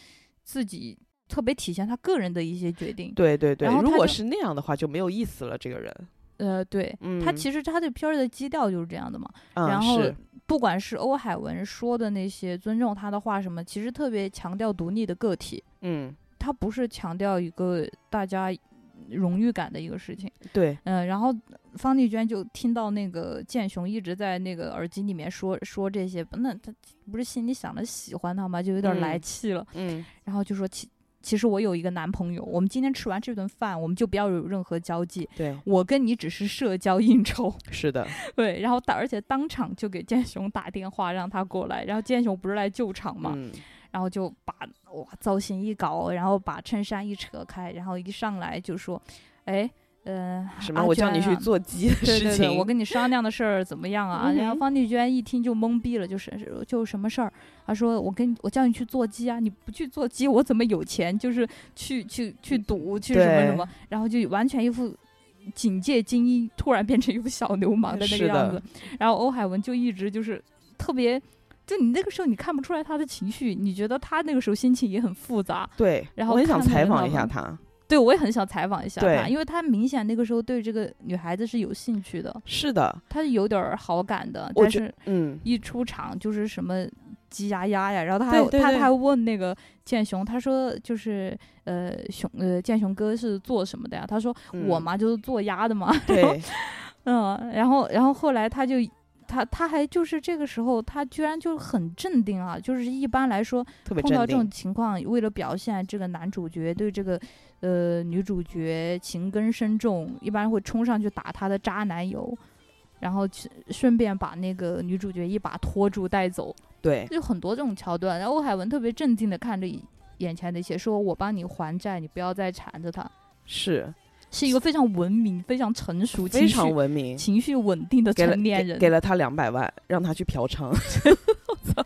Speaker 1: 自己特别体现她个人的一些决定。
Speaker 2: 对对对
Speaker 1: 然，后
Speaker 2: 如
Speaker 1: 他
Speaker 2: 果
Speaker 1: 就是
Speaker 2: 那样的话就没有意思了，这个人，
Speaker 1: 呃，对。
Speaker 2: 嗯，
Speaker 1: 她其实她的片儿的基调就是这样的嘛，
Speaker 2: 嗯
Speaker 1: 然后
Speaker 2: 是
Speaker 1: 不管是欧海文说的那些尊重他的话什么，其实特别强调独立的个体，
Speaker 2: 嗯，
Speaker 1: 他不是强调一个大家荣誉感的一个事情。
Speaker 2: 对，
Speaker 1: 嗯、然后方丽娟就听到那个建雄一直在那个耳机里面说说这些，那他不是心里想着喜欢他吗？就有点来
Speaker 2: 嗯
Speaker 1: 气了，
Speaker 2: 嗯，
Speaker 1: 然后就说其其实我有一个男朋友，我们今天吃完这顿饭，我们就不要有任何交际。
Speaker 2: 对，
Speaker 1: 我跟你只是社交应酬，
Speaker 2: 是的，
Speaker 1: 对，然后当而且当场就给建雄打电话让他过来，然后建雄不是来救场嘛，
Speaker 2: 嗯，
Speaker 1: 然后就把哇造型一搞，然后把衬衫一扯开，然后一上来就说，哎，呃，
Speaker 2: 什么
Speaker 1: 阿
Speaker 2: 我叫
Speaker 1: 娟
Speaker 2: 你去
Speaker 1: 啊
Speaker 2: 做鸡的
Speaker 1: 对
Speaker 2: 事
Speaker 1: 对
Speaker 2: 情，
Speaker 1: 对，我跟你商量的事儿怎么样 啊？然
Speaker 2: 嗯
Speaker 1: 后
Speaker 2: 哼
Speaker 1: 方丽娟一听就懵逼了，就是呃就什么事儿？她说我跟我叫你去做鸡啊，你不去做鸡，我怎么有钱？就是去去去赌去什么什
Speaker 2: 嗯对
Speaker 1: 么，然后就完全一副警戒精英突然变成一副小流氓的那个
Speaker 2: 是的
Speaker 1: 样子。然后欧海文就一直就是特别。就你那个时候，你看不出来他的情绪，你觉得他那个时候心情也很复杂。
Speaker 2: 对，
Speaker 1: 然
Speaker 2: 我
Speaker 1: 后
Speaker 2: 也想
Speaker 1: 看
Speaker 2: 采
Speaker 1: 到
Speaker 2: 访
Speaker 1: 了
Speaker 2: 一下
Speaker 1: 吗
Speaker 2: 他，
Speaker 1: 对我也很想采访一下
Speaker 2: 对
Speaker 1: 他，因为他明显那个时候对这个女孩子是有兴趣的，
Speaker 2: 是 的，
Speaker 1: 他是有点儿好感的。
Speaker 2: 我
Speaker 1: 但
Speaker 2: 觉
Speaker 1: 是
Speaker 2: 嗯，
Speaker 1: 一出场就是什么鸡呀鸭呀，然后他还
Speaker 2: 对对
Speaker 1: 他
Speaker 2: 对
Speaker 1: 他还问那个建雄，他说就是呃熊呃建雄哥是做什么的呀？他说我
Speaker 2: 嗯
Speaker 1: 嘛、就是做鸭的嘛，
Speaker 2: 对，
Speaker 1: 嗯，然后然后后来他就。他他还就是这个时候，他居然就很镇定啊！就是一般来说，
Speaker 2: 特别
Speaker 1: 碰到
Speaker 2: 镇
Speaker 1: 这种
Speaker 2: 定，
Speaker 1: 情况，为了表现这个男主角对这个呃女主角情根深重，一般会冲上去打她的渣男友，然后去顺便把那个女主角一把拖住带走，
Speaker 2: 对，
Speaker 1: 就很多这种桥段。然后欧海文特别镇定的看着眼前的一切，说我帮你还债，你不要再缠着他，
Speaker 2: 是
Speaker 1: 是一个非常文明、非常成熟、
Speaker 2: 非
Speaker 1: 情
Speaker 2: 常
Speaker 1: 绪
Speaker 2: 文明，
Speaker 1: 情绪稳定的
Speaker 2: 给了
Speaker 1: 成年
Speaker 2: 给
Speaker 1: 人。
Speaker 2: 给了他两百万，让他去嫖娼。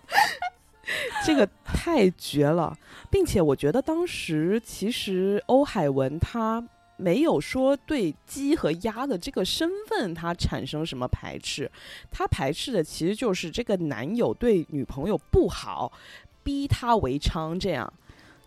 Speaker 2: 这个太绝了，并且我觉得当时其实欧海文他没有说对鸡和鸭的这个身份他产生什么排斥，他排斥的其实就是这个男友对女朋友不好，逼他为娼这样。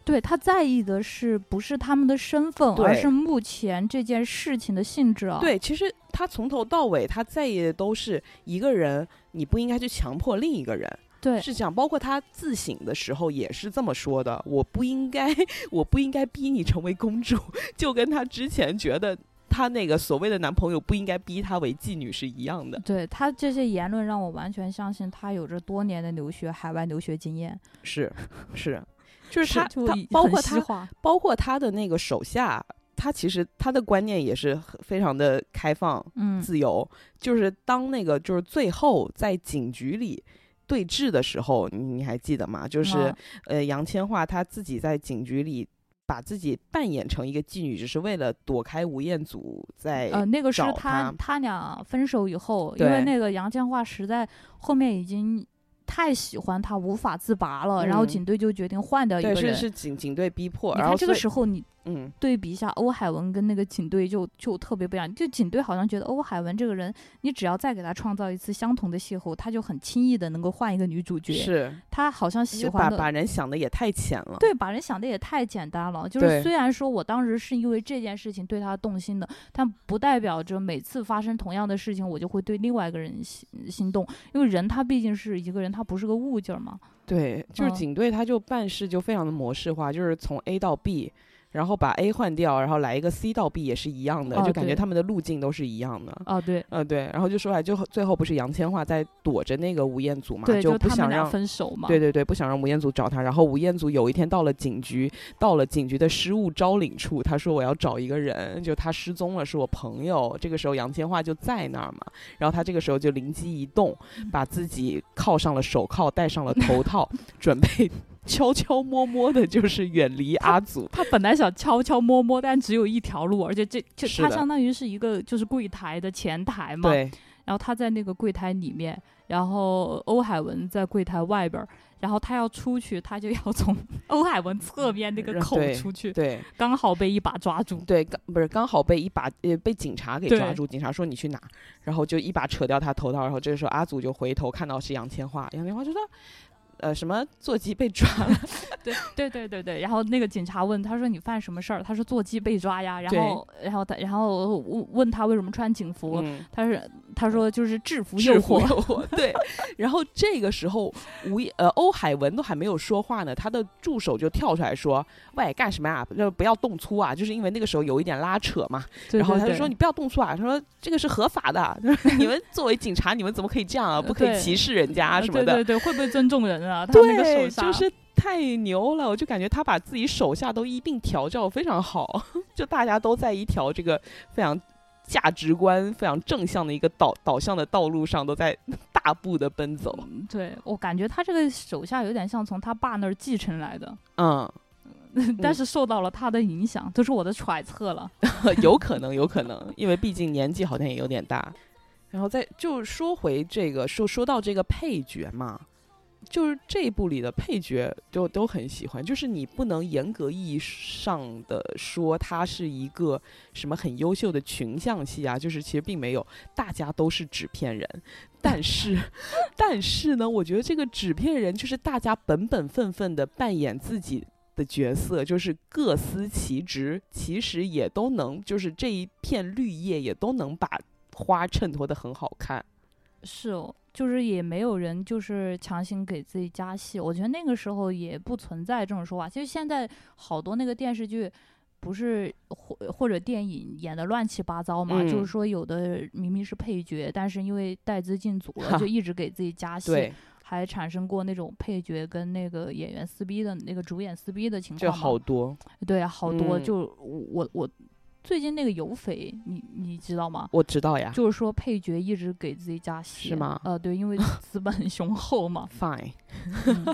Speaker 1: 对他在意的是不是他们的身份，而
Speaker 2: 对
Speaker 1: 是目前这件事情的性质啊。
Speaker 2: 对，其实他从头到尾他在意的都是一个人，你不应该去强迫另一个人。
Speaker 1: 对，
Speaker 2: 是这样，包括他自省的时候也是这么说的：“我不应该， 我不应该逼你成为公主。” 就跟他之前觉得他那个所谓的男朋友不应该逼她为妓女是一样的。
Speaker 1: 对他这些言论让我完全相信他有着多年的留学海外留学经验，
Speaker 2: 是，是，就是
Speaker 1: 是
Speaker 2: 他，
Speaker 1: 就
Speaker 2: 他
Speaker 1: 已
Speaker 2: 包
Speaker 1: 很
Speaker 2: 括
Speaker 1: 西
Speaker 2: 他，
Speaker 1: 化
Speaker 2: 包括他的那个手下，他其实他的观念也是很非常的开放、
Speaker 1: 嗯，
Speaker 2: 自由。就是当那个就是最后在警局里。对峙的时候，你你还记得吗？就是、
Speaker 1: 嗯
Speaker 2: 呃，杨千嬅她自己在警局里把自己扮演成一个妓女，只是为了躲开吴彦祖在
Speaker 1: 呃，那个是
Speaker 2: 哎找
Speaker 1: 他
Speaker 2: 他
Speaker 1: 他俩分手以后，因为
Speaker 2: 对
Speaker 1: 那个杨千嬅实在后面已经太喜欢他无法自拔了，然后
Speaker 2: 嗯
Speaker 1: 警队就决定换掉一
Speaker 2: 对
Speaker 1: 个
Speaker 2: 是
Speaker 1: 人。
Speaker 2: 是警警队逼迫，
Speaker 1: 你
Speaker 2: 然后
Speaker 1: 看这个
Speaker 2: 所以
Speaker 1: 时候，你
Speaker 2: 嗯
Speaker 1: 对比一下欧海文跟那个警队就就特别不一样。就警队好像觉得欧海文这个人，你只要再给他创造一次相同的邂逅，他就很轻易的能够换一个女主角。
Speaker 2: 是
Speaker 1: 他好像
Speaker 2: 就
Speaker 1: 喜
Speaker 2: 把
Speaker 1: 欢的
Speaker 2: 把人想的也太浅了，
Speaker 1: 对，把人想的也太简单了。就
Speaker 2: 啊对
Speaker 1: 是虽然说我当时是因为这件事情对他动心的，但不代表着每次发生同样的事情，我就会对另外一个人心嗯心动。因为人他毕竟是一个人，他不是个物件儿嘛。
Speaker 2: 对，就是
Speaker 1: 嗯
Speaker 2: 警队他就办事就非常的模式化，就是从 A 到 B，然后把 A 换掉，然后来一个 C 到 B 也是一样的，
Speaker 1: 哦
Speaker 2: 就感觉
Speaker 1: 对
Speaker 2: 他们的路径都是一样的。
Speaker 1: 啊，对
Speaker 2: 呃，对，然后就说来，就最后不是杨千嬅在躲着那个吴彦祖嘛，
Speaker 1: 对，
Speaker 2: 就
Speaker 1: 他
Speaker 2: 不
Speaker 1: 们
Speaker 2: 想
Speaker 1: 俩
Speaker 2: 让，
Speaker 1: 分手嘛。
Speaker 2: 对对对，不想让吴彦祖找他。然后吴彦祖有一天到了警局，到了警局的失物招领处，他说我要找一个人，就他失踪了，是我朋友。这个时候杨千嬅就在那儿嘛，然后他这个时候就灵机一动，把自己铐上了手铐，戴上了头套， 准备悄悄摸摸的，就是远离阿祖。
Speaker 1: 他本来想悄悄摸摸，但只有一条路，而且这就是他
Speaker 2: 的
Speaker 1: 相当于是一个就是柜台的前台嘛。
Speaker 2: 对，
Speaker 1: 然后他在那个柜台里面，然后欧海文在柜台外边儿，然后他要出去，他就要 从欧海文侧面那个
Speaker 2: 嗯
Speaker 1: 口
Speaker 2: 对
Speaker 1: 出去，
Speaker 2: 对嗯
Speaker 1: 刚好被一把抓住。
Speaker 2: 对，刚不是刚好被一把呃被警察给抓
Speaker 1: 对
Speaker 2: 住，警察说你去哪儿，然后就一把扯掉他头套，然后这个时候阿祖就回头看到是杨千嬅，杨千嬅就说，呃什么坐骑被抓 了，
Speaker 1: 对对对对对。然后那个警察问他说：“你犯什么事儿？”他说：“坐骑被抓呀。”然
Speaker 2: 对
Speaker 1: 后然后他然后问问他为什么穿警服，
Speaker 2: 嗯
Speaker 1: 他是他说就是制服诱
Speaker 2: 制服
Speaker 1: 惑。
Speaker 2: 诱惑，对。然后这个时候吴亦呃欧海文都还没有说话呢，他的助手就跳出来说，喂干什么呀？就不要动粗啊，就是因为那个时候有一点拉扯嘛，
Speaker 1: 对
Speaker 2: 然后
Speaker 1: 对
Speaker 2: 他就
Speaker 1: 对
Speaker 2: 说：“你不要动粗啊！”他说：“这个是合法的， 你们作为警察，你们怎么可以这样啊？不可以
Speaker 1: 对
Speaker 2: 歧视人家啊
Speaker 1: 啊
Speaker 2: 什么的。
Speaker 1: 对对对，会不会尊重人啊？他那个手
Speaker 2: 对，
Speaker 1: 刹
Speaker 2: 就是太牛了！我就感觉他把自己手下都一并调教非常好， 就大家都在一条这个非常价值观非常正向的一个导导向的道路上，都在 大步的奔走。
Speaker 1: 对我感觉他这个手下有点像从他爸那儿继承来的。
Speaker 2: 嗯，
Speaker 1: 但是受到了他的影响，这是我的揣测了。
Speaker 2: 有可能，有可能，因为毕竟年纪好像也有点大。然后再就说回这个，说说到这个配角嘛，就是这一部里的配角就都很喜欢，就是你不能严格意义上的说他是一个什么很优秀的群像戏啊，就是其实并没有，大家都是纸片人。但是， 但是呢，我觉得这个纸片人就是大家本本分分的扮演自己的角色，就是各司其职，其实也都能，就是这一片绿叶也都能把花衬托的很好
Speaker 1: 啊
Speaker 2: 看。
Speaker 1: 是哦，就是也没有人就是强行给自己加戏，我觉得那个时候也不存在这种说法。其实现在好多那个电视剧。不是或或者电影演的乱七八糟嘛？就
Speaker 2: 嗯
Speaker 1: 是说有的明明是配角，但是因为带资进组了， 就一直给自己加戏，
Speaker 2: 对，
Speaker 1: 还产生过那种配角跟那个演员撕逼的那个主演撕逼的情
Speaker 2: 这
Speaker 1: 况嘛。
Speaker 2: 好多，
Speaker 1: 对，啊好多、
Speaker 2: 嗯
Speaker 1: 就我我最近那个有匪，你你知道吗？
Speaker 2: 我知道呀。
Speaker 1: 就是说配角一直给自己加戏，
Speaker 2: 是吗
Speaker 1: 呃，对，因 为资本很雄厚嘛。
Speaker 2: Fine，
Speaker 1: 嗯、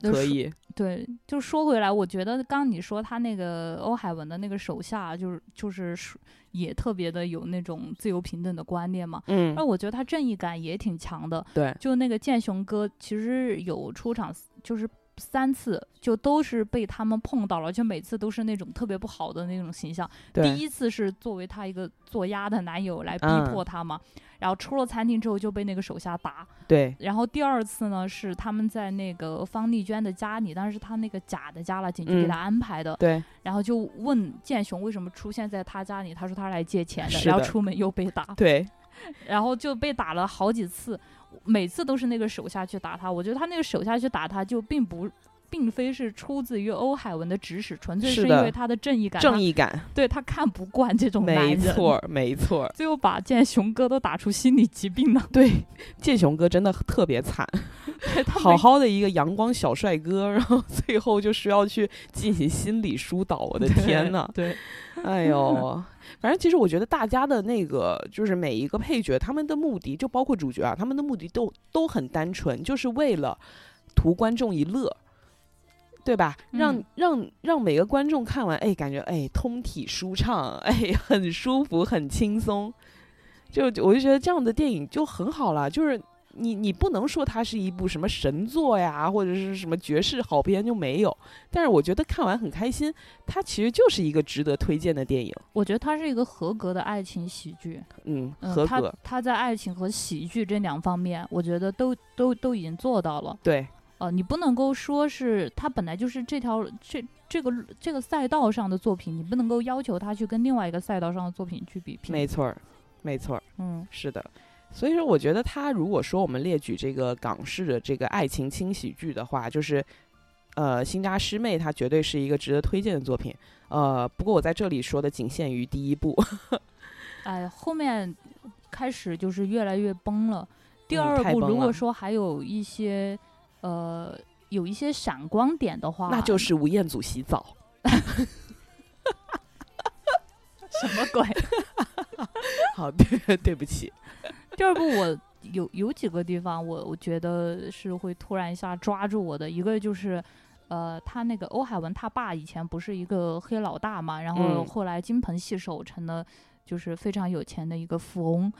Speaker 1: 就
Speaker 2: 可
Speaker 1: 是说。
Speaker 2: 以，
Speaker 1: 对，就说回来，我觉得刚你说他那个欧海文的那个手下，就是就是说也特别的有那种自由平等的观念嘛。
Speaker 2: 嗯
Speaker 1: 而，我觉得他正义感也挺强的，
Speaker 2: 对，
Speaker 1: 就那个剑雄哥其实有出场，就是三次，就都是被他们碰到了，就每次都是那种特别不好的那种形象。第
Speaker 2: 对，
Speaker 1: 一次是作为他一个做鸭的男友来逼
Speaker 2: 嗯
Speaker 1: 迫他嘛，然后出了餐厅之后就被那个手下打。
Speaker 2: 对，
Speaker 1: 然后第二次呢是他们在那个方丽娟的家里，但是他那个假的家了，警局给
Speaker 2: 嗯
Speaker 1: 他安排的，
Speaker 2: 对，
Speaker 1: 然后就问剑雄为什么出现在他家里，他说他是来借钱的，
Speaker 2: 是
Speaker 1: 然后
Speaker 2: 的
Speaker 1: 出门又被打，
Speaker 2: 对，
Speaker 1: 然后就被打了好几次，每次都是那个手下去打他。我觉得他那个手下去打他，就并不，并非是出自于欧海文的指使，纯粹
Speaker 2: 是
Speaker 1: 是因
Speaker 2: 的
Speaker 1: 为他的正义感，
Speaker 2: 正义感
Speaker 1: 他，对他看不惯这种男
Speaker 2: 没
Speaker 1: 人，
Speaker 2: 错 儿，没错儿。
Speaker 1: 最后把剑雄哥都打出心理疾 病了。
Speaker 2: 对，剑雄哥真的特别惨，
Speaker 1: 对他
Speaker 2: 好
Speaker 1: 没
Speaker 2: 好的一个阳光小帅哥，然后最后就需要去进行心理疏导，我的天呐！
Speaker 1: 对，
Speaker 2: 哎呦，反正其实我觉得大家的那个就是每一个配角，他们的目的就包括主角啊，他们的目的都都很单纯，就是为了图观众一乐。对吧？让、
Speaker 1: 嗯
Speaker 2: 让让每个观众看完，哎，感觉哎通体舒畅，哎很舒服，很轻松。就我就觉得这样的电影就很好了，就是你你不能说它是一部什么神作呀，或者是什么绝世好片就没有。但是我觉得看完很开心，它其实就是一个值得推荐的电影。
Speaker 1: 我觉得它是一个合格的爱情喜剧，
Speaker 2: 嗯，
Speaker 1: 嗯，
Speaker 2: 合
Speaker 1: 它
Speaker 2: 格。
Speaker 1: 它在爱情和喜剧这两方面，我觉得都都都已经做到了。
Speaker 2: 对，
Speaker 1: 呃，你不能够说是它本来就是这条这这个路这个赛道上的作品，你不能够要求它去跟另外一个赛道上的作品去比拼。
Speaker 2: 没错儿，没错儿。
Speaker 1: 嗯
Speaker 2: 是的，所以说我觉得他如果说我们列举这个港式的这个爱情轻喜剧的话，就是呃《新扎师妹》，它绝对是一个值得推荐的作品。呃，不过我在这里说的仅限于第一部，
Speaker 1: 哎，后面开始就是越来越崩了。第
Speaker 2: 嗯
Speaker 1: 二
Speaker 2: 太
Speaker 1: 部
Speaker 2: 崩
Speaker 1: 如
Speaker 2: 了
Speaker 1: 果说还有一些、呃有一些闪光点的话，
Speaker 2: 那就是吴彦祖 洗澡。
Speaker 1: 什么鬼？
Speaker 2: 好，对， 对 不起，
Speaker 1: 第二部我有有几个地方我我觉得是会突然一下抓住我的，一个就是。呃，他那个欧海文他爸以前不是一个黑老大嘛，然后
Speaker 2: 嗯
Speaker 1: 后来金盆洗手成了就是非常有钱的一个富翁，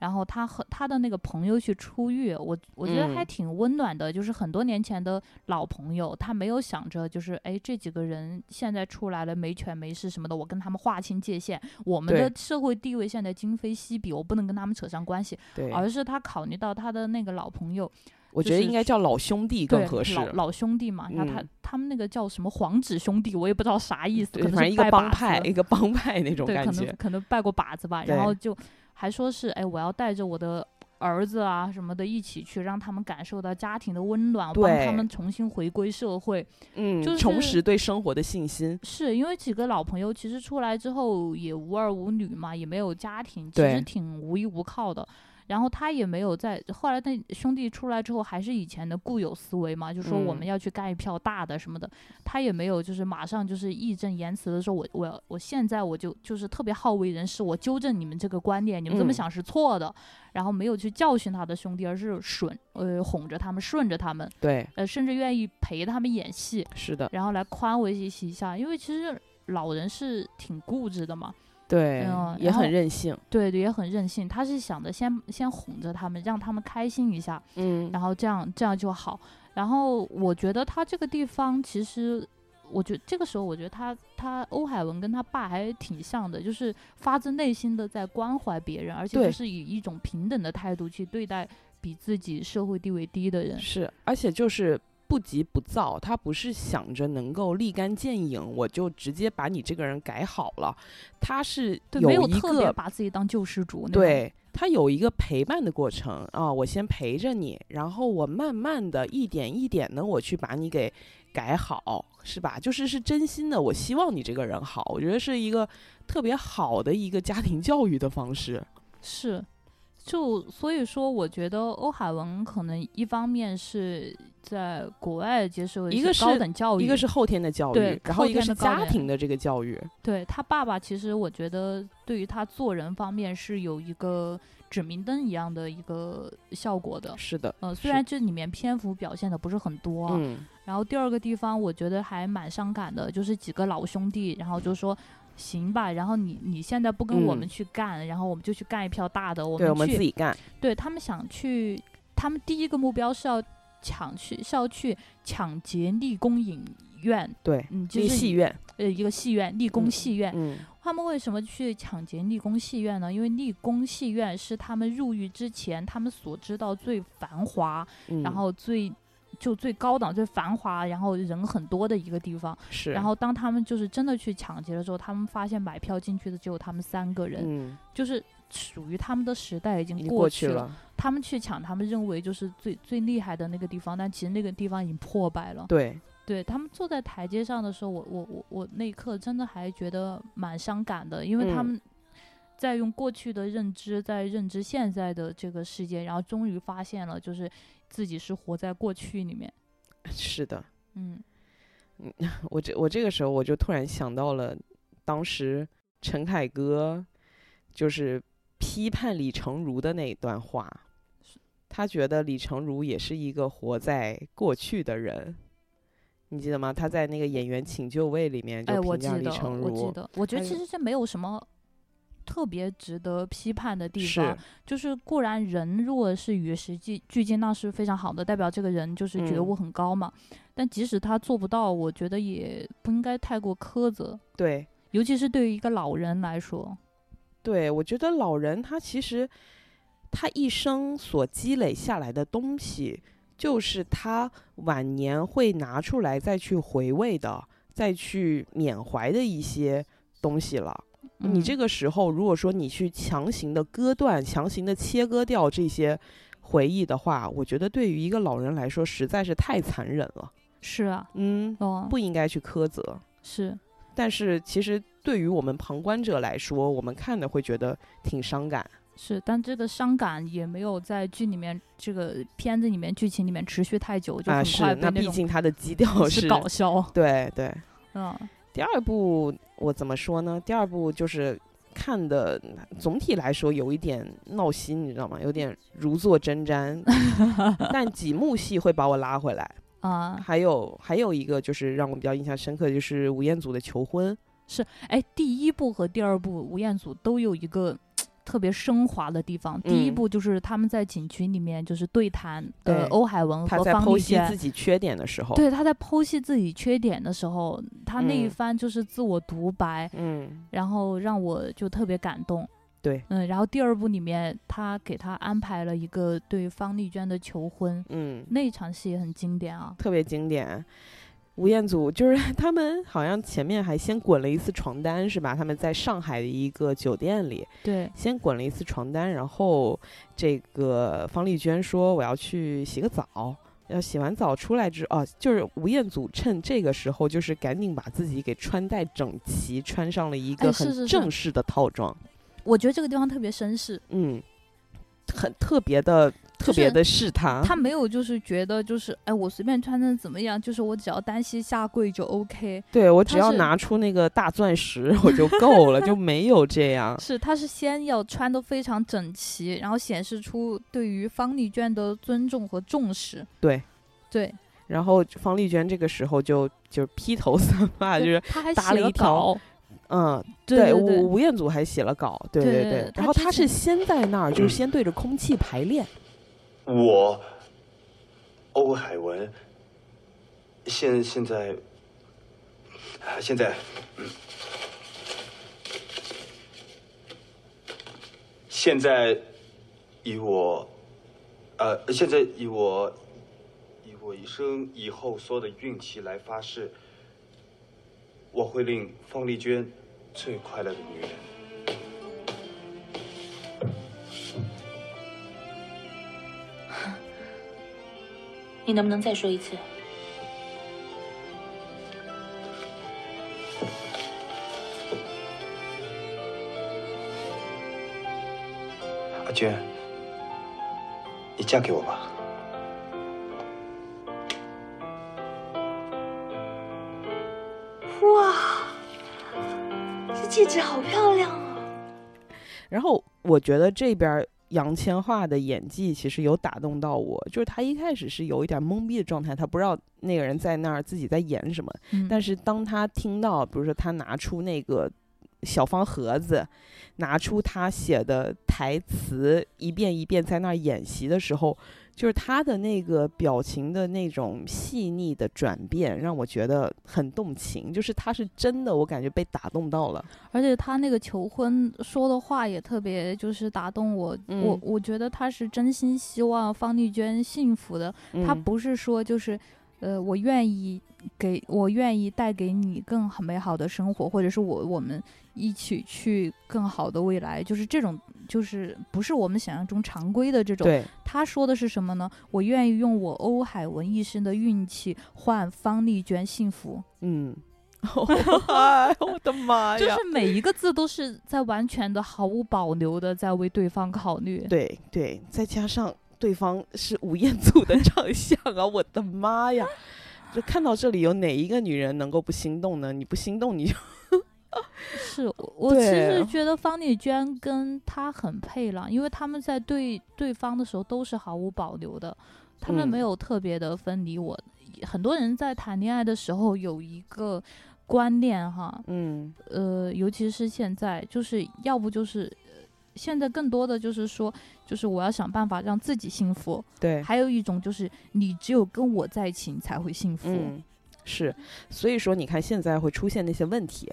Speaker 1: 然后他和他的那个朋友去出狱，我我觉得还
Speaker 2: 嗯
Speaker 1: 挺温暖的，就是很多年前的老朋友，他没有想着就是哎这几个人现在出来了没权没势什么的，我跟他们划清界限，我们
Speaker 2: 对
Speaker 1: 的社会地位现在今非昔比，我不能跟他们扯上关系，
Speaker 2: 对，
Speaker 1: 而是他考虑到他的那个老朋友，
Speaker 2: 我
Speaker 1: 就
Speaker 2: 觉得
Speaker 1: 是
Speaker 2: 应该叫老兄弟更
Speaker 1: 对
Speaker 2: 合适。
Speaker 1: 老老兄弟嘛，然后他
Speaker 2: 嗯
Speaker 1: 他们那个叫什么黄纸兄弟，我也不知道啥意思，
Speaker 2: 对，
Speaker 1: 可
Speaker 2: 反
Speaker 1: 能
Speaker 2: 正
Speaker 1: 是
Speaker 2: 一个
Speaker 1: 拜
Speaker 2: 帮
Speaker 1: 把子
Speaker 2: 派，一个帮派那种
Speaker 1: 对，
Speaker 2: 感
Speaker 1: 可
Speaker 2: 觉
Speaker 1: 能。可能拜过把子吧，
Speaker 2: 对
Speaker 1: 然后就还说是哎，我要带着我的儿子啊什么的一起去，让他们感受到家庭的温暖，帮
Speaker 2: 对
Speaker 1: 他们重新回归社会。
Speaker 2: 嗯，
Speaker 1: 就是
Speaker 2: 重拾对生活的信心。
Speaker 1: 是因为几个老朋友其实出来之后也无儿无女嘛，也没有家庭，其
Speaker 2: 对
Speaker 1: 实挺无依无靠的。然后他也没有在后来那兄弟出来之后，还是以前的固有思维嘛，就说我们
Speaker 2: 嗯
Speaker 1: 要去干一票大的什么的。他也没有就是马上就是义正言辞的说我，我我现在我就就是特别好为人师，我纠正你们这个观念，你们这么
Speaker 2: 嗯
Speaker 1: 想是错的。然后没有去教训他的兄弟，而是顺呃哄着他们，顺着他们，
Speaker 2: 对，
Speaker 1: 呃甚至愿意陪他们演戏。
Speaker 2: 是的，
Speaker 1: 然后来宽慰一下，因为其实老人是挺固执的嘛，
Speaker 2: 对
Speaker 1: 嗯，
Speaker 2: 也
Speaker 1: 然后
Speaker 2: 很任性。
Speaker 1: 对对，也很任性。他是想着先先哄着他们，让他们开心一下，
Speaker 2: 嗯，
Speaker 1: 然后这样这样就好。然后我觉得他这个地方其实。我觉这个时候，我觉得他他欧海文跟他爸还挺像的，就是发自内心的在关怀别人，而且
Speaker 2: 对
Speaker 1: 就是以一种平等的态度去对待比自己社会地位低的人。
Speaker 2: 是，而且就是不急不躁，他不是想着能够立竿见影，我就直接把你这个人改好了，他是
Speaker 1: 对，没有
Speaker 2: 一
Speaker 1: 特别
Speaker 2: 个
Speaker 1: 把自己当救世主那种。
Speaker 2: 对。他有一个陪伴的过程啊，我先陪着你，然后我慢慢的一点一点的我去把你给改好，是吧？就是是真心的，我希望你这个人好，我觉得是一个特别好的一个家庭教育的方式。
Speaker 1: 是，就所以说，我觉得欧海文可能一方面是在国外接受
Speaker 2: 一
Speaker 1: 些
Speaker 2: 个是
Speaker 1: 高等教育，
Speaker 2: 哦一个是后天的教
Speaker 1: 对
Speaker 2: 育，然后
Speaker 1: 后
Speaker 2: 一个
Speaker 1: 天的
Speaker 2: 是
Speaker 1: 高
Speaker 2: 家
Speaker 1: 点
Speaker 2: 庭的这个教育，
Speaker 1: 对他爸爸，其实我觉得对于他做人方面是有一个指明灯一样的一个效果的。
Speaker 2: 是的，
Speaker 1: 呃，虽
Speaker 2: 是
Speaker 1: 然这里面篇幅表现的不是很多啊，
Speaker 2: 嗯，
Speaker 1: 然后第二个地方我觉得还蛮伤感的，就是几个老兄弟，然后就说行吧，然后你你现在不跟我
Speaker 2: 嗯
Speaker 1: 们去干，然后我们就去干一票大的，我
Speaker 2: 对，我们
Speaker 1: 去
Speaker 2: 自己干，
Speaker 1: 对他们想去，他们第一个目标是要抢去，是要去抢劫立功影院，
Speaker 2: 对，
Speaker 1: 嗯，就
Speaker 2: 立
Speaker 1: 是
Speaker 2: 戏院，
Speaker 1: 呃一个戏院，立功
Speaker 2: 嗯
Speaker 1: 戏院。
Speaker 2: 嗯，
Speaker 1: 他们为什么去抢劫立功戏院呢？因为立功戏院是他们入狱之前他们所知道最繁华，
Speaker 2: 嗯
Speaker 1: 然后最就最高档、最繁华，然后人很多的一个地方。
Speaker 2: 是，
Speaker 1: 然后当他们就是真的去抢劫的时候，他们发现买票进去的只有他们三个人，
Speaker 2: 嗯，
Speaker 1: 就是属于他们的时代已
Speaker 2: 已
Speaker 1: 经
Speaker 2: 经过
Speaker 1: 去
Speaker 2: 去
Speaker 1: 了。哦
Speaker 2: 了，
Speaker 1: 他们去抢，他们认为就是最最厉害的那个地方，但其实那个地方已经破败了。
Speaker 2: 对，
Speaker 1: 对他们坐在台阶上的时候，我我我我那一刻真的还觉得蛮伤感的，因为他
Speaker 2: 嗯
Speaker 1: 们在用过去的认知在认知现在的这个世界，然后终于发现了就是自己是活在过去里面。
Speaker 2: 是的，
Speaker 1: 嗯，
Speaker 2: 我这我这个时候我就突然想到了，当时陈凯歌就是批判李成儒的那一段话，他觉得李成儒也是一个活在过去的人。你记得吗？他在那个演员请就位里面
Speaker 1: 哎，
Speaker 2: 就
Speaker 1: 我
Speaker 2: 评
Speaker 1: 记
Speaker 2: 价
Speaker 1: 得
Speaker 2: 李成，
Speaker 1: 我记
Speaker 2: 儒，
Speaker 1: 得，我觉得
Speaker 2: 还
Speaker 1: 其
Speaker 2: 有
Speaker 1: 实这没有什么特别值得批判的地
Speaker 2: 是
Speaker 1: 方，就是固然人如果是与时俱俱进，那是非常好的，代表这个人就是觉
Speaker 2: 嗯
Speaker 1: 悟很高嘛。但即使他做不到，我觉得也不应该太过苛责，
Speaker 2: 对
Speaker 1: 尤其是对于一个老人来说，
Speaker 2: 对，我觉得老人他其实他一生所积累下来的东西，就是他晚年会拿出来再去回味的，再去缅怀的一些东西了。你这
Speaker 1: 个
Speaker 2: 个时候，如果说你去强行的割断、强行的切割掉这些回忆的话，我觉得对于一个老人来说，实在是太残忍了。
Speaker 1: 是啊，
Speaker 2: 嗯，
Speaker 1: 哦，
Speaker 2: 不应该去苛责。
Speaker 1: 是
Speaker 2: 但是其实对于我们旁观者来说，我们看的会觉得挺伤感。
Speaker 1: 是，但这个伤感也没有在剧里面这个片子里面剧情里面持续太久，就
Speaker 2: 啊，
Speaker 1: 很
Speaker 2: 是
Speaker 1: 快，
Speaker 2: 那
Speaker 1: 被
Speaker 2: 毕
Speaker 1: 种
Speaker 2: 竟他的基调
Speaker 1: 是
Speaker 2: 是
Speaker 1: 搞笑，
Speaker 2: 对对。
Speaker 1: 嗯
Speaker 2: 第二部我怎么说呢？第二部就是看的总体来说有一点闹心，你知道吗？有点如坐 针毡，但几幕戏会把我拉回来。
Speaker 1: 啊。
Speaker 2: 还有还有一个就是让我比较印象深刻，就是吴彦祖的求婚。
Speaker 1: 哎，第一部和第二部吴彦祖都有一个特别升华的地方。第一
Speaker 2: 嗯
Speaker 1: 部就是他们在景群里面就是对谈，
Speaker 2: 对
Speaker 1: 呃，欧海文
Speaker 2: 他
Speaker 1: 和
Speaker 2: 在
Speaker 1: 方
Speaker 2: 剖
Speaker 1: 力
Speaker 2: 析自
Speaker 1: 申。
Speaker 2: 己缺点的时候，
Speaker 1: 对，他在剖析自己缺点的时候，他那一
Speaker 2: 嗯
Speaker 1: 番就是自我独白，
Speaker 2: 嗯，
Speaker 1: 然后让我就特别感动。
Speaker 2: 对，
Speaker 1: 嗯，然后第二部里面，他给他安排了一个对方丽娟的求婚，
Speaker 2: 嗯，
Speaker 1: 那一场戏也很经典啊。
Speaker 2: 特别经典。吴彦祖就是 他们好像前面还先滚了一次床单是吧？他们在上海的一个酒店里
Speaker 1: 对，
Speaker 2: 先滚了一次床单，然后这个方丽娟说我要去洗个澡。要洗完澡出来之哦、就是吴彦祖趁这个时候，就是赶紧把自己给穿戴整齐，穿上了一
Speaker 1: 哎
Speaker 2: 个
Speaker 1: 是是
Speaker 2: 很
Speaker 1: 是
Speaker 2: 正式的套装。
Speaker 1: 我觉得这个地方特别绅士，
Speaker 2: 嗯，很特别的、特
Speaker 1: 就是
Speaker 2: 别的试探。
Speaker 1: 他没有就是觉得就是哎，我随便穿成怎么样，就是我只要单膝下跪就 OK。
Speaker 2: 对我只
Speaker 1: 他
Speaker 2: 要
Speaker 1: 是
Speaker 2: 拿出那个大钻石我就够了，就没有 这样。
Speaker 1: 是，他是先要穿的非常整齐，然后显示出对于方丽娟的尊重和重视。
Speaker 2: 对
Speaker 1: 对，
Speaker 2: 然后方丽娟这个时候就就披头散发，就
Speaker 1: 对
Speaker 2: 是
Speaker 1: 他还
Speaker 2: 搭
Speaker 1: 写
Speaker 2: 了一条
Speaker 1: 稿，
Speaker 2: 嗯，
Speaker 1: 对
Speaker 2: 吴
Speaker 1: 对，
Speaker 2: 吴彦祖还写了稿，对
Speaker 1: 对对
Speaker 2: 对
Speaker 1: 对。他
Speaker 2: 然后
Speaker 1: 之
Speaker 2: 他
Speaker 1: 前
Speaker 2: 是先在那儿，就是先对着空气排练。
Speaker 5: 我，欧海文，现现在，现在，呃现在以我，呃，现在以我，以我一生以后所有的运气来发誓，我会令方丽娟最快乐的女人。
Speaker 4: 你能不能再说一次？
Speaker 5: 阿娟，你嫁给我吧。
Speaker 6: 哇，这戒指好漂亮啊！
Speaker 2: 然后我觉得这边儿杨千嬅的演技其实有打动到我，就是她一开始是有一点懵逼的状态，她不知道那个人在那儿自己在演什么。
Speaker 1: 嗯
Speaker 2: 但是当她听到，比如说她拿出那个小方盒子，拿出她写的台词，一遍一遍在那儿演习的时候，就是她的那个表情的那种细腻的转变，让我觉得很动情。就是她是真的，我感觉被打动到了。
Speaker 1: 而且他那个求婚说的话也特别就是打动我，我
Speaker 2: 嗯
Speaker 1: 我觉得他是真心希望方丽娟幸福的，他
Speaker 2: 嗯
Speaker 1: 不是说就是，呃，我愿意给我愿意带给你更好美好的生活，或者是我我们一起去更好的未来，就是这种，就是不是我们想象中常规的这种。
Speaker 2: 对，
Speaker 1: 他说的是什么呢？我愿意用我欧海文一生的运气换方丽娟幸福，
Speaker 2: 嗯，哎，我的 妈
Speaker 1: 就
Speaker 2: 呀！
Speaker 1: 是每一个字都是在完全的毫无保留的在为对方考虑。
Speaker 2: 对对，再加上对方是吴彦祖的长相啊，我的妈呀！就看到这里，有哪一个女人能够不心动呢？你不心动，你就是
Speaker 1: 我我其
Speaker 2: 对
Speaker 1: 实觉得方丽娟跟他很配了，因为他们在对对方的时候都是毫无保留的，他们
Speaker 2: 嗯
Speaker 1: 没有特别的分离我。很多人在谈恋爱的时候有一个观念哈，
Speaker 2: 嗯
Speaker 1: 呃，尤其是现在，就是要不就是。呃现在更多的就是说，就是我要想办法让自己幸福。
Speaker 2: 对，
Speaker 1: 还有一种就是，你只有跟我在一起，你才会幸福。
Speaker 2: 嗯，是，所以说你看现在会出现那些问题，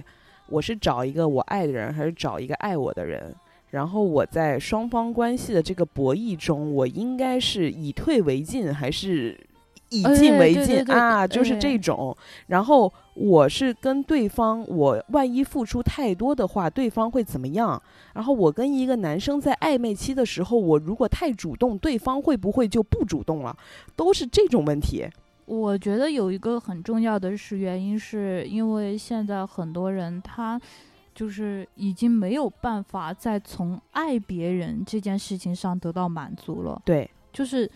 Speaker 2: 我是找一个我爱的人，还是找一个爱我的人？然后我在双方关系的这个博弈中，我应该是以退为进，还是以
Speaker 1: 哎
Speaker 2: 进为
Speaker 1: 对
Speaker 2: 进
Speaker 1: 对对
Speaker 2: 啊？就是
Speaker 1: 哎
Speaker 2: 这种。然后我是跟对方，我万一付出太多的话，对方会怎么样？然后我跟一个男生在暧昧期的时候，我如果太主动，对方会不会就不主动了？都是这种问题。
Speaker 1: 我觉得有一个很重要的是原因，是因为现在很多人他就是已经没有办法再从爱别人这件事情上得到满足了，
Speaker 2: 对，
Speaker 1: 就是。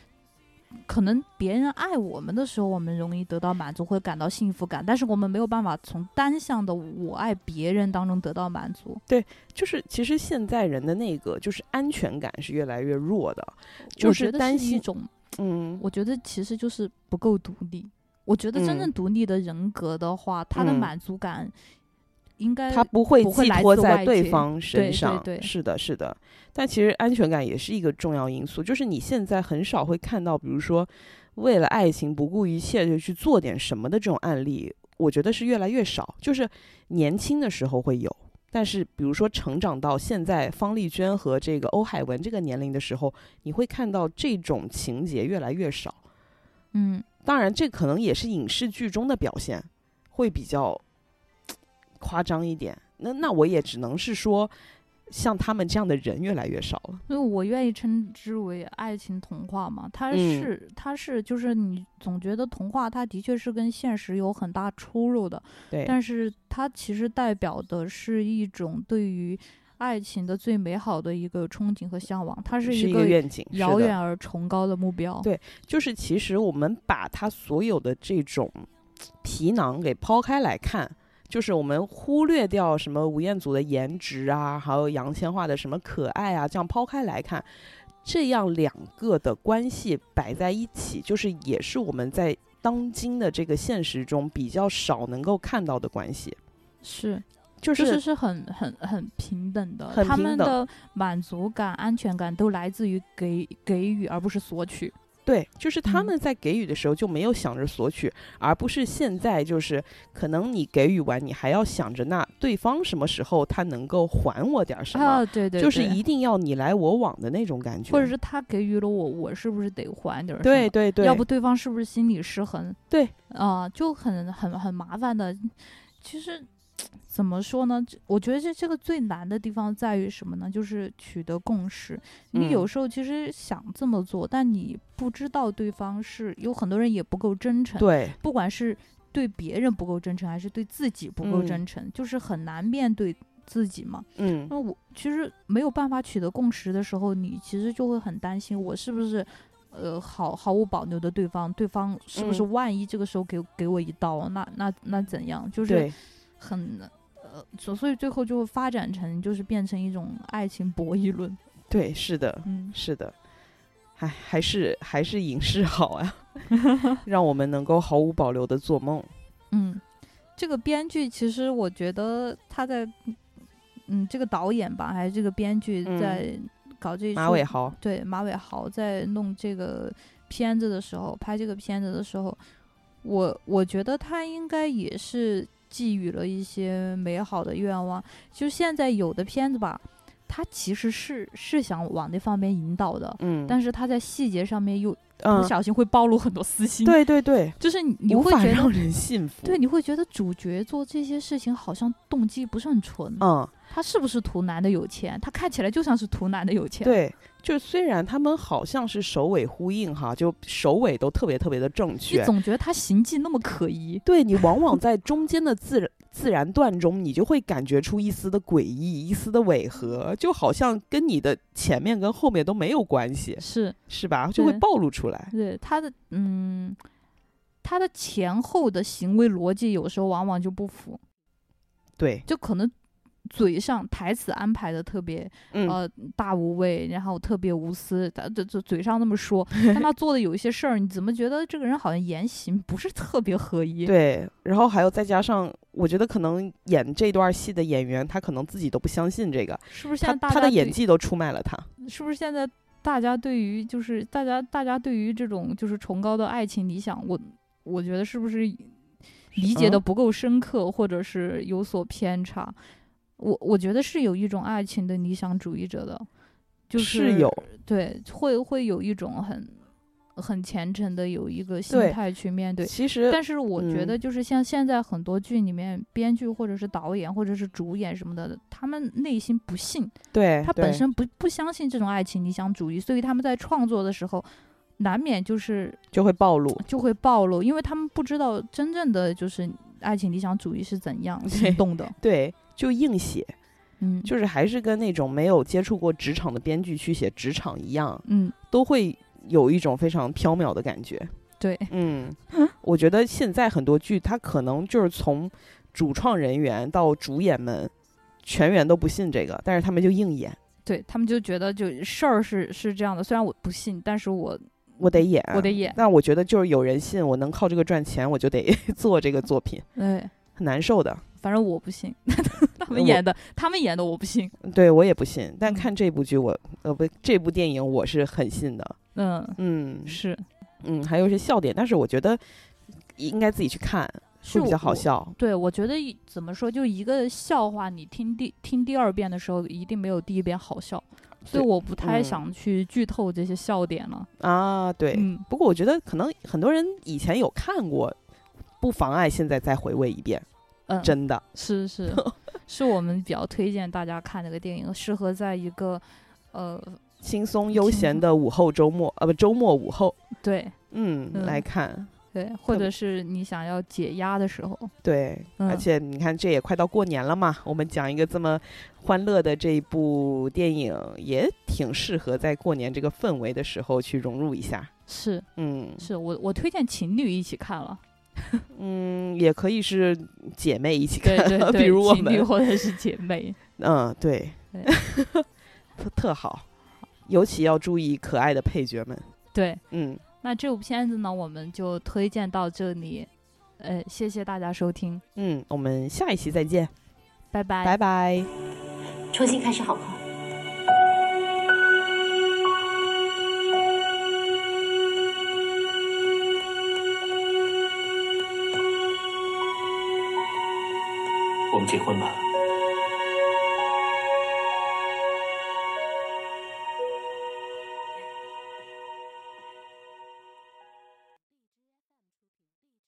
Speaker 1: 可能别人爱我们的时候，我们容易得到满足，会感到幸福感，但是我们没有办法从单向的我爱别人当中得到满足。
Speaker 2: 就是其实现在人的那个就是安全感是越来越弱的，就
Speaker 1: 我
Speaker 2: 是
Speaker 1: 觉得
Speaker 2: 担
Speaker 1: 是一
Speaker 2: 心
Speaker 1: 种
Speaker 2: 嗯，
Speaker 1: 我觉得其实就是不够独立。我觉得真正
Speaker 2: 嗯
Speaker 1: 独立的人格的话，他的
Speaker 2: 嗯
Speaker 1: 满足感应该
Speaker 2: 他不会
Speaker 1: 不会
Speaker 2: 寄
Speaker 1: 来
Speaker 2: 托
Speaker 1: 自
Speaker 2: 在
Speaker 1: 外
Speaker 2: 对
Speaker 1: 界
Speaker 2: 方
Speaker 1: 对
Speaker 2: 身
Speaker 1: 对
Speaker 2: 上，
Speaker 1: 对
Speaker 2: 是的，是的。但其实安全感也是一个重要因素，就是你现在很少会看到，比如说为了爱情不顾一切就去做点什么的这种案例，我觉得是越来越少。就是年轻的时候会有，但是比如说成长到现在方丽娟和这个欧海文这个年龄的时候，你会看到这种情节越来越少。
Speaker 1: 嗯，
Speaker 2: 当然，这可能也是影视剧中的表现，会比较夸张一点。那那我也只能是说，像他们这样的人越来越少了。
Speaker 1: 所以我愿意称之为爱情童话嘛。它
Speaker 2: 嗯
Speaker 1: 是、它是就是你总觉得童话它的确是跟现实有很大出入的，
Speaker 2: 对，
Speaker 1: 但是它其实代表的是一种对于爱情的最美好的一个憧憬和向往，它
Speaker 2: 是
Speaker 1: 一
Speaker 2: 个
Speaker 1: 个
Speaker 2: 愿景，是
Speaker 1: 遥
Speaker 2: 的
Speaker 1: 远而崇高的目标。
Speaker 2: 对就是其实我们把他所有的这种皮囊给抛开来看，就是我们忽略掉什么吴彦祖的颜值啊，还有杨千嬅的什么可爱啊，这样抛开来看，这样两个的关系摆在一起，就是也是我们在当今的这个现实中比较少能够看到的关系，
Speaker 1: 是。
Speaker 2: 就、
Speaker 1: 就是是是很很很平等的，
Speaker 2: 很
Speaker 1: 他
Speaker 2: 平
Speaker 1: 们
Speaker 2: 等
Speaker 1: 的满足感、安全感都来自于给给予，而不是索取。
Speaker 2: 对，就是他
Speaker 1: 嗯
Speaker 2: 们在给予的时候就没有想着索取，而不是现在就是可能你给予完，你还要想着那对方什么时候他能够还我点儿什么，
Speaker 1: 啊，对对对，
Speaker 2: 就是一定要你来我往的那种感觉，
Speaker 1: 或者是他给予了我，我是不是得还点儿什
Speaker 2: 对
Speaker 1: 么
Speaker 2: 对对，
Speaker 1: 要不对方是不是心理失衡？
Speaker 2: 对
Speaker 1: 啊、就很很很麻烦的。其实怎么说呢？这我觉得这这个最难的地方在于什么呢？就是取得共识。你
Speaker 2: 嗯
Speaker 1: 有时候其实想这么做，但你不知道对方是有很多人也不够真诚，
Speaker 2: 对
Speaker 1: 不管是对别人不够真诚，还是对自己不够
Speaker 2: 嗯
Speaker 1: 真诚，就是很难面对自己嘛。
Speaker 2: 嗯
Speaker 1: 那我其实没有办法取得共识的时候，你其实就会很担心，我是不是呃毫毫无保留的对方，对方是不是
Speaker 2: 嗯
Speaker 1: 万一这个时候给给我一刀，那那那怎样？就是
Speaker 2: 对，
Speaker 1: 很呃，所所以最后就会发展成就是变成一种爱情博弈论。
Speaker 2: 对，是的，
Speaker 1: 嗯，
Speaker 2: 是的，还还是还是影视好 啊，让我们能够毫无保留的做梦。
Speaker 1: 嗯，这个编剧其实我觉得他在，嗯，这个导演吧，还是这个编剧
Speaker 2: 嗯
Speaker 1: 在搞这一
Speaker 2: 马
Speaker 1: 出
Speaker 2: 尾豪，
Speaker 1: 对马伟豪在弄这个片子的时候，拍这个片子的时候，我我觉得他应该也是寄予了一些美好的愿望。就现在有的片子吧，他其实是是想往那方面引导的，
Speaker 2: 嗯，
Speaker 1: 但是他在细节上面又不
Speaker 2: 嗯，
Speaker 1: 小心会暴露很多私心。，
Speaker 2: 对对对，
Speaker 1: 就是你你
Speaker 2: 无
Speaker 1: 会
Speaker 2: 法
Speaker 1: 觉
Speaker 2: 让
Speaker 1: 得，
Speaker 2: 人信服。
Speaker 1: 对，你会觉得主角做这些事情好像动机不是很纯。
Speaker 2: 嗯，
Speaker 1: 他是不是图男的有钱？他看起来就像是图男的有钱。
Speaker 2: 对，就虽然他们好像是首尾呼应哈，就首尾都特别特别的正
Speaker 1: 你
Speaker 2: 确，
Speaker 1: 总觉得他行迹那么可疑。
Speaker 2: 对你往往在中间的自然自然段中，你就会感觉出一丝的诡异，一丝的违和，就好像跟你的前面跟后面都没有关系，
Speaker 1: 是
Speaker 2: 是吧？就会
Speaker 1: 对
Speaker 2: 暴露出来。
Speaker 1: 对他的嗯，他的前后的行为逻辑有时候往往就不符，
Speaker 2: 对
Speaker 1: 就可能嘴上台词安排的特别
Speaker 2: 嗯
Speaker 1: 呃大无畏，然后特别无私，他这这嘴上那么说，但他做的有一些事儿，你怎么觉得这个人好像言行不是特别合一？
Speaker 2: 对，然后还有再加上，我觉得可能演这段戏的演员，他可能自己都不相信这个，
Speaker 1: 是不是现
Speaker 2: 他
Speaker 1: 在大
Speaker 2: 他
Speaker 1: 家
Speaker 2: 的
Speaker 1: 对
Speaker 2: 演技都出卖了他。
Speaker 1: 是不是现在大家对于就是大家大家对于这种就是崇高的爱情理想，我我觉得是不是理解的
Speaker 2: 嗯
Speaker 1: 不够深刻，或者是有所偏差？我我觉得是有一种爱情的理想主义者的，就是
Speaker 2: 有，
Speaker 1: 对会会有一种很很虔诚的有一个心
Speaker 2: 对
Speaker 1: 态去面对。
Speaker 2: 其实
Speaker 1: 但是我觉
Speaker 2: 嗯
Speaker 1: 得，就是像现在很多剧里面，编剧或者是导演或者是主演什么的，他们内心不信，
Speaker 2: 对
Speaker 1: 他本
Speaker 2: 对
Speaker 1: 身不不相信这种爱情理想主义，所以他们在创作的时候，难免就是
Speaker 2: 就会暴露，
Speaker 1: 就会暴露，因为他们不知道真正的就是爱情理想主义是怎样行动的。
Speaker 2: 对，就硬写，
Speaker 1: 嗯，
Speaker 2: 就是还是跟那种没有接触过职场的编剧去写职场一样，
Speaker 1: 嗯，
Speaker 2: 都会有一种非常缥缈的感觉。
Speaker 1: 对，
Speaker 2: 嗯， 我觉得现在很多剧，它可能就是从主创人员到主演们，全员都不信这个，但是他们就硬演，
Speaker 1: 对他们就觉得就事儿是是这样的，虽然我不信，但是我
Speaker 2: 我得演，
Speaker 1: 我得演
Speaker 2: 但我觉得就是有人信，我能靠这个赚钱，我就得 做这个作品，
Speaker 1: 哎，
Speaker 2: 很难受的。
Speaker 1: 反正我不信， 他
Speaker 2: 我
Speaker 1: 们演的他们演的我不信。
Speaker 2: 嗯对我也不信，但
Speaker 1: 嗯
Speaker 2: 看这部剧我，呃不，这部电影我是很信的。
Speaker 1: 嗯，
Speaker 2: 嗯
Speaker 1: 是
Speaker 2: 嗯，还有一些笑点，但是我觉得应该自己去看，
Speaker 1: 是
Speaker 2: 会比较好
Speaker 1: 我
Speaker 2: 笑。
Speaker 1: 对，我觉得一怎么说，就一个笑话，你听第听第二遍的时候，一定没有第一遍好笑，所以
Speaker 2: 对
Speaker 1: 我不太
Speaker 2: 嗯
Speaker 1: 想去剧透这些笑点了。
Speaker 2: 啊，对。
Speaker 1: 嗯，
Speaker 2: 不过我觉得可能很多人以前有看过，不妨碍现在再回味一遍，
Speaker 1: 嗯，
Speaker 2: 真的。
Speaker 1: 是 是，是我们比较推荐大家看这个电影，适合在一个呃，
Speaker 2: 轻松悠
Speaker 1: 轻
Speaker 2: 闲
Speaker 1: 松
Speaker 2: 的午后周末，呃，不，周末午后，
Speaker 1: 对
Speaker 2: 嗯，
Speaker 1: 嗯
Speaker 2: 来看，
Speaker 1: 对，或
Speaker 2: 特别
Speaker 1: 者是你想要解压的时候，
Speaker 2: 对，而
Speaker 1: 嗯
Speaker 2: 且你看，这也快到过年了嘛，我们讲一个这么欢乐的这一部电影，也挺适合在过年这个氛围的时候去融入一下。
Speaker 1: 是
Speaker 2: 嗯
Speaker 1: 是我我推荐情侣一起看 了，
Speaker 2: 嗯，也可以是姐妹一起看
Speaker 1: 对，对对，
Speaker 2: 比如我
Speaker 1: 情侣
Speaker 2: 们，
Speaker 1: 或者是姐妹，
Speaker 2: 嗯，对，
Speaker 1: 对
Speaker 2: 特特好，尤其要注意可爱的配角们。
Speaker 1: 对。
Speaker 2: 嗯，
Speaker 1: 那这部片子呢，我们就推荐到这里，呃，谢谢大家收听，
Speaker 2: 嗯，我们下一期再见，
Speaker 1: 拜拜。
Speaker 2: 拜拜。
Speaker 4: 重新开始好不好？
Speaker 3: 我们结婚吧。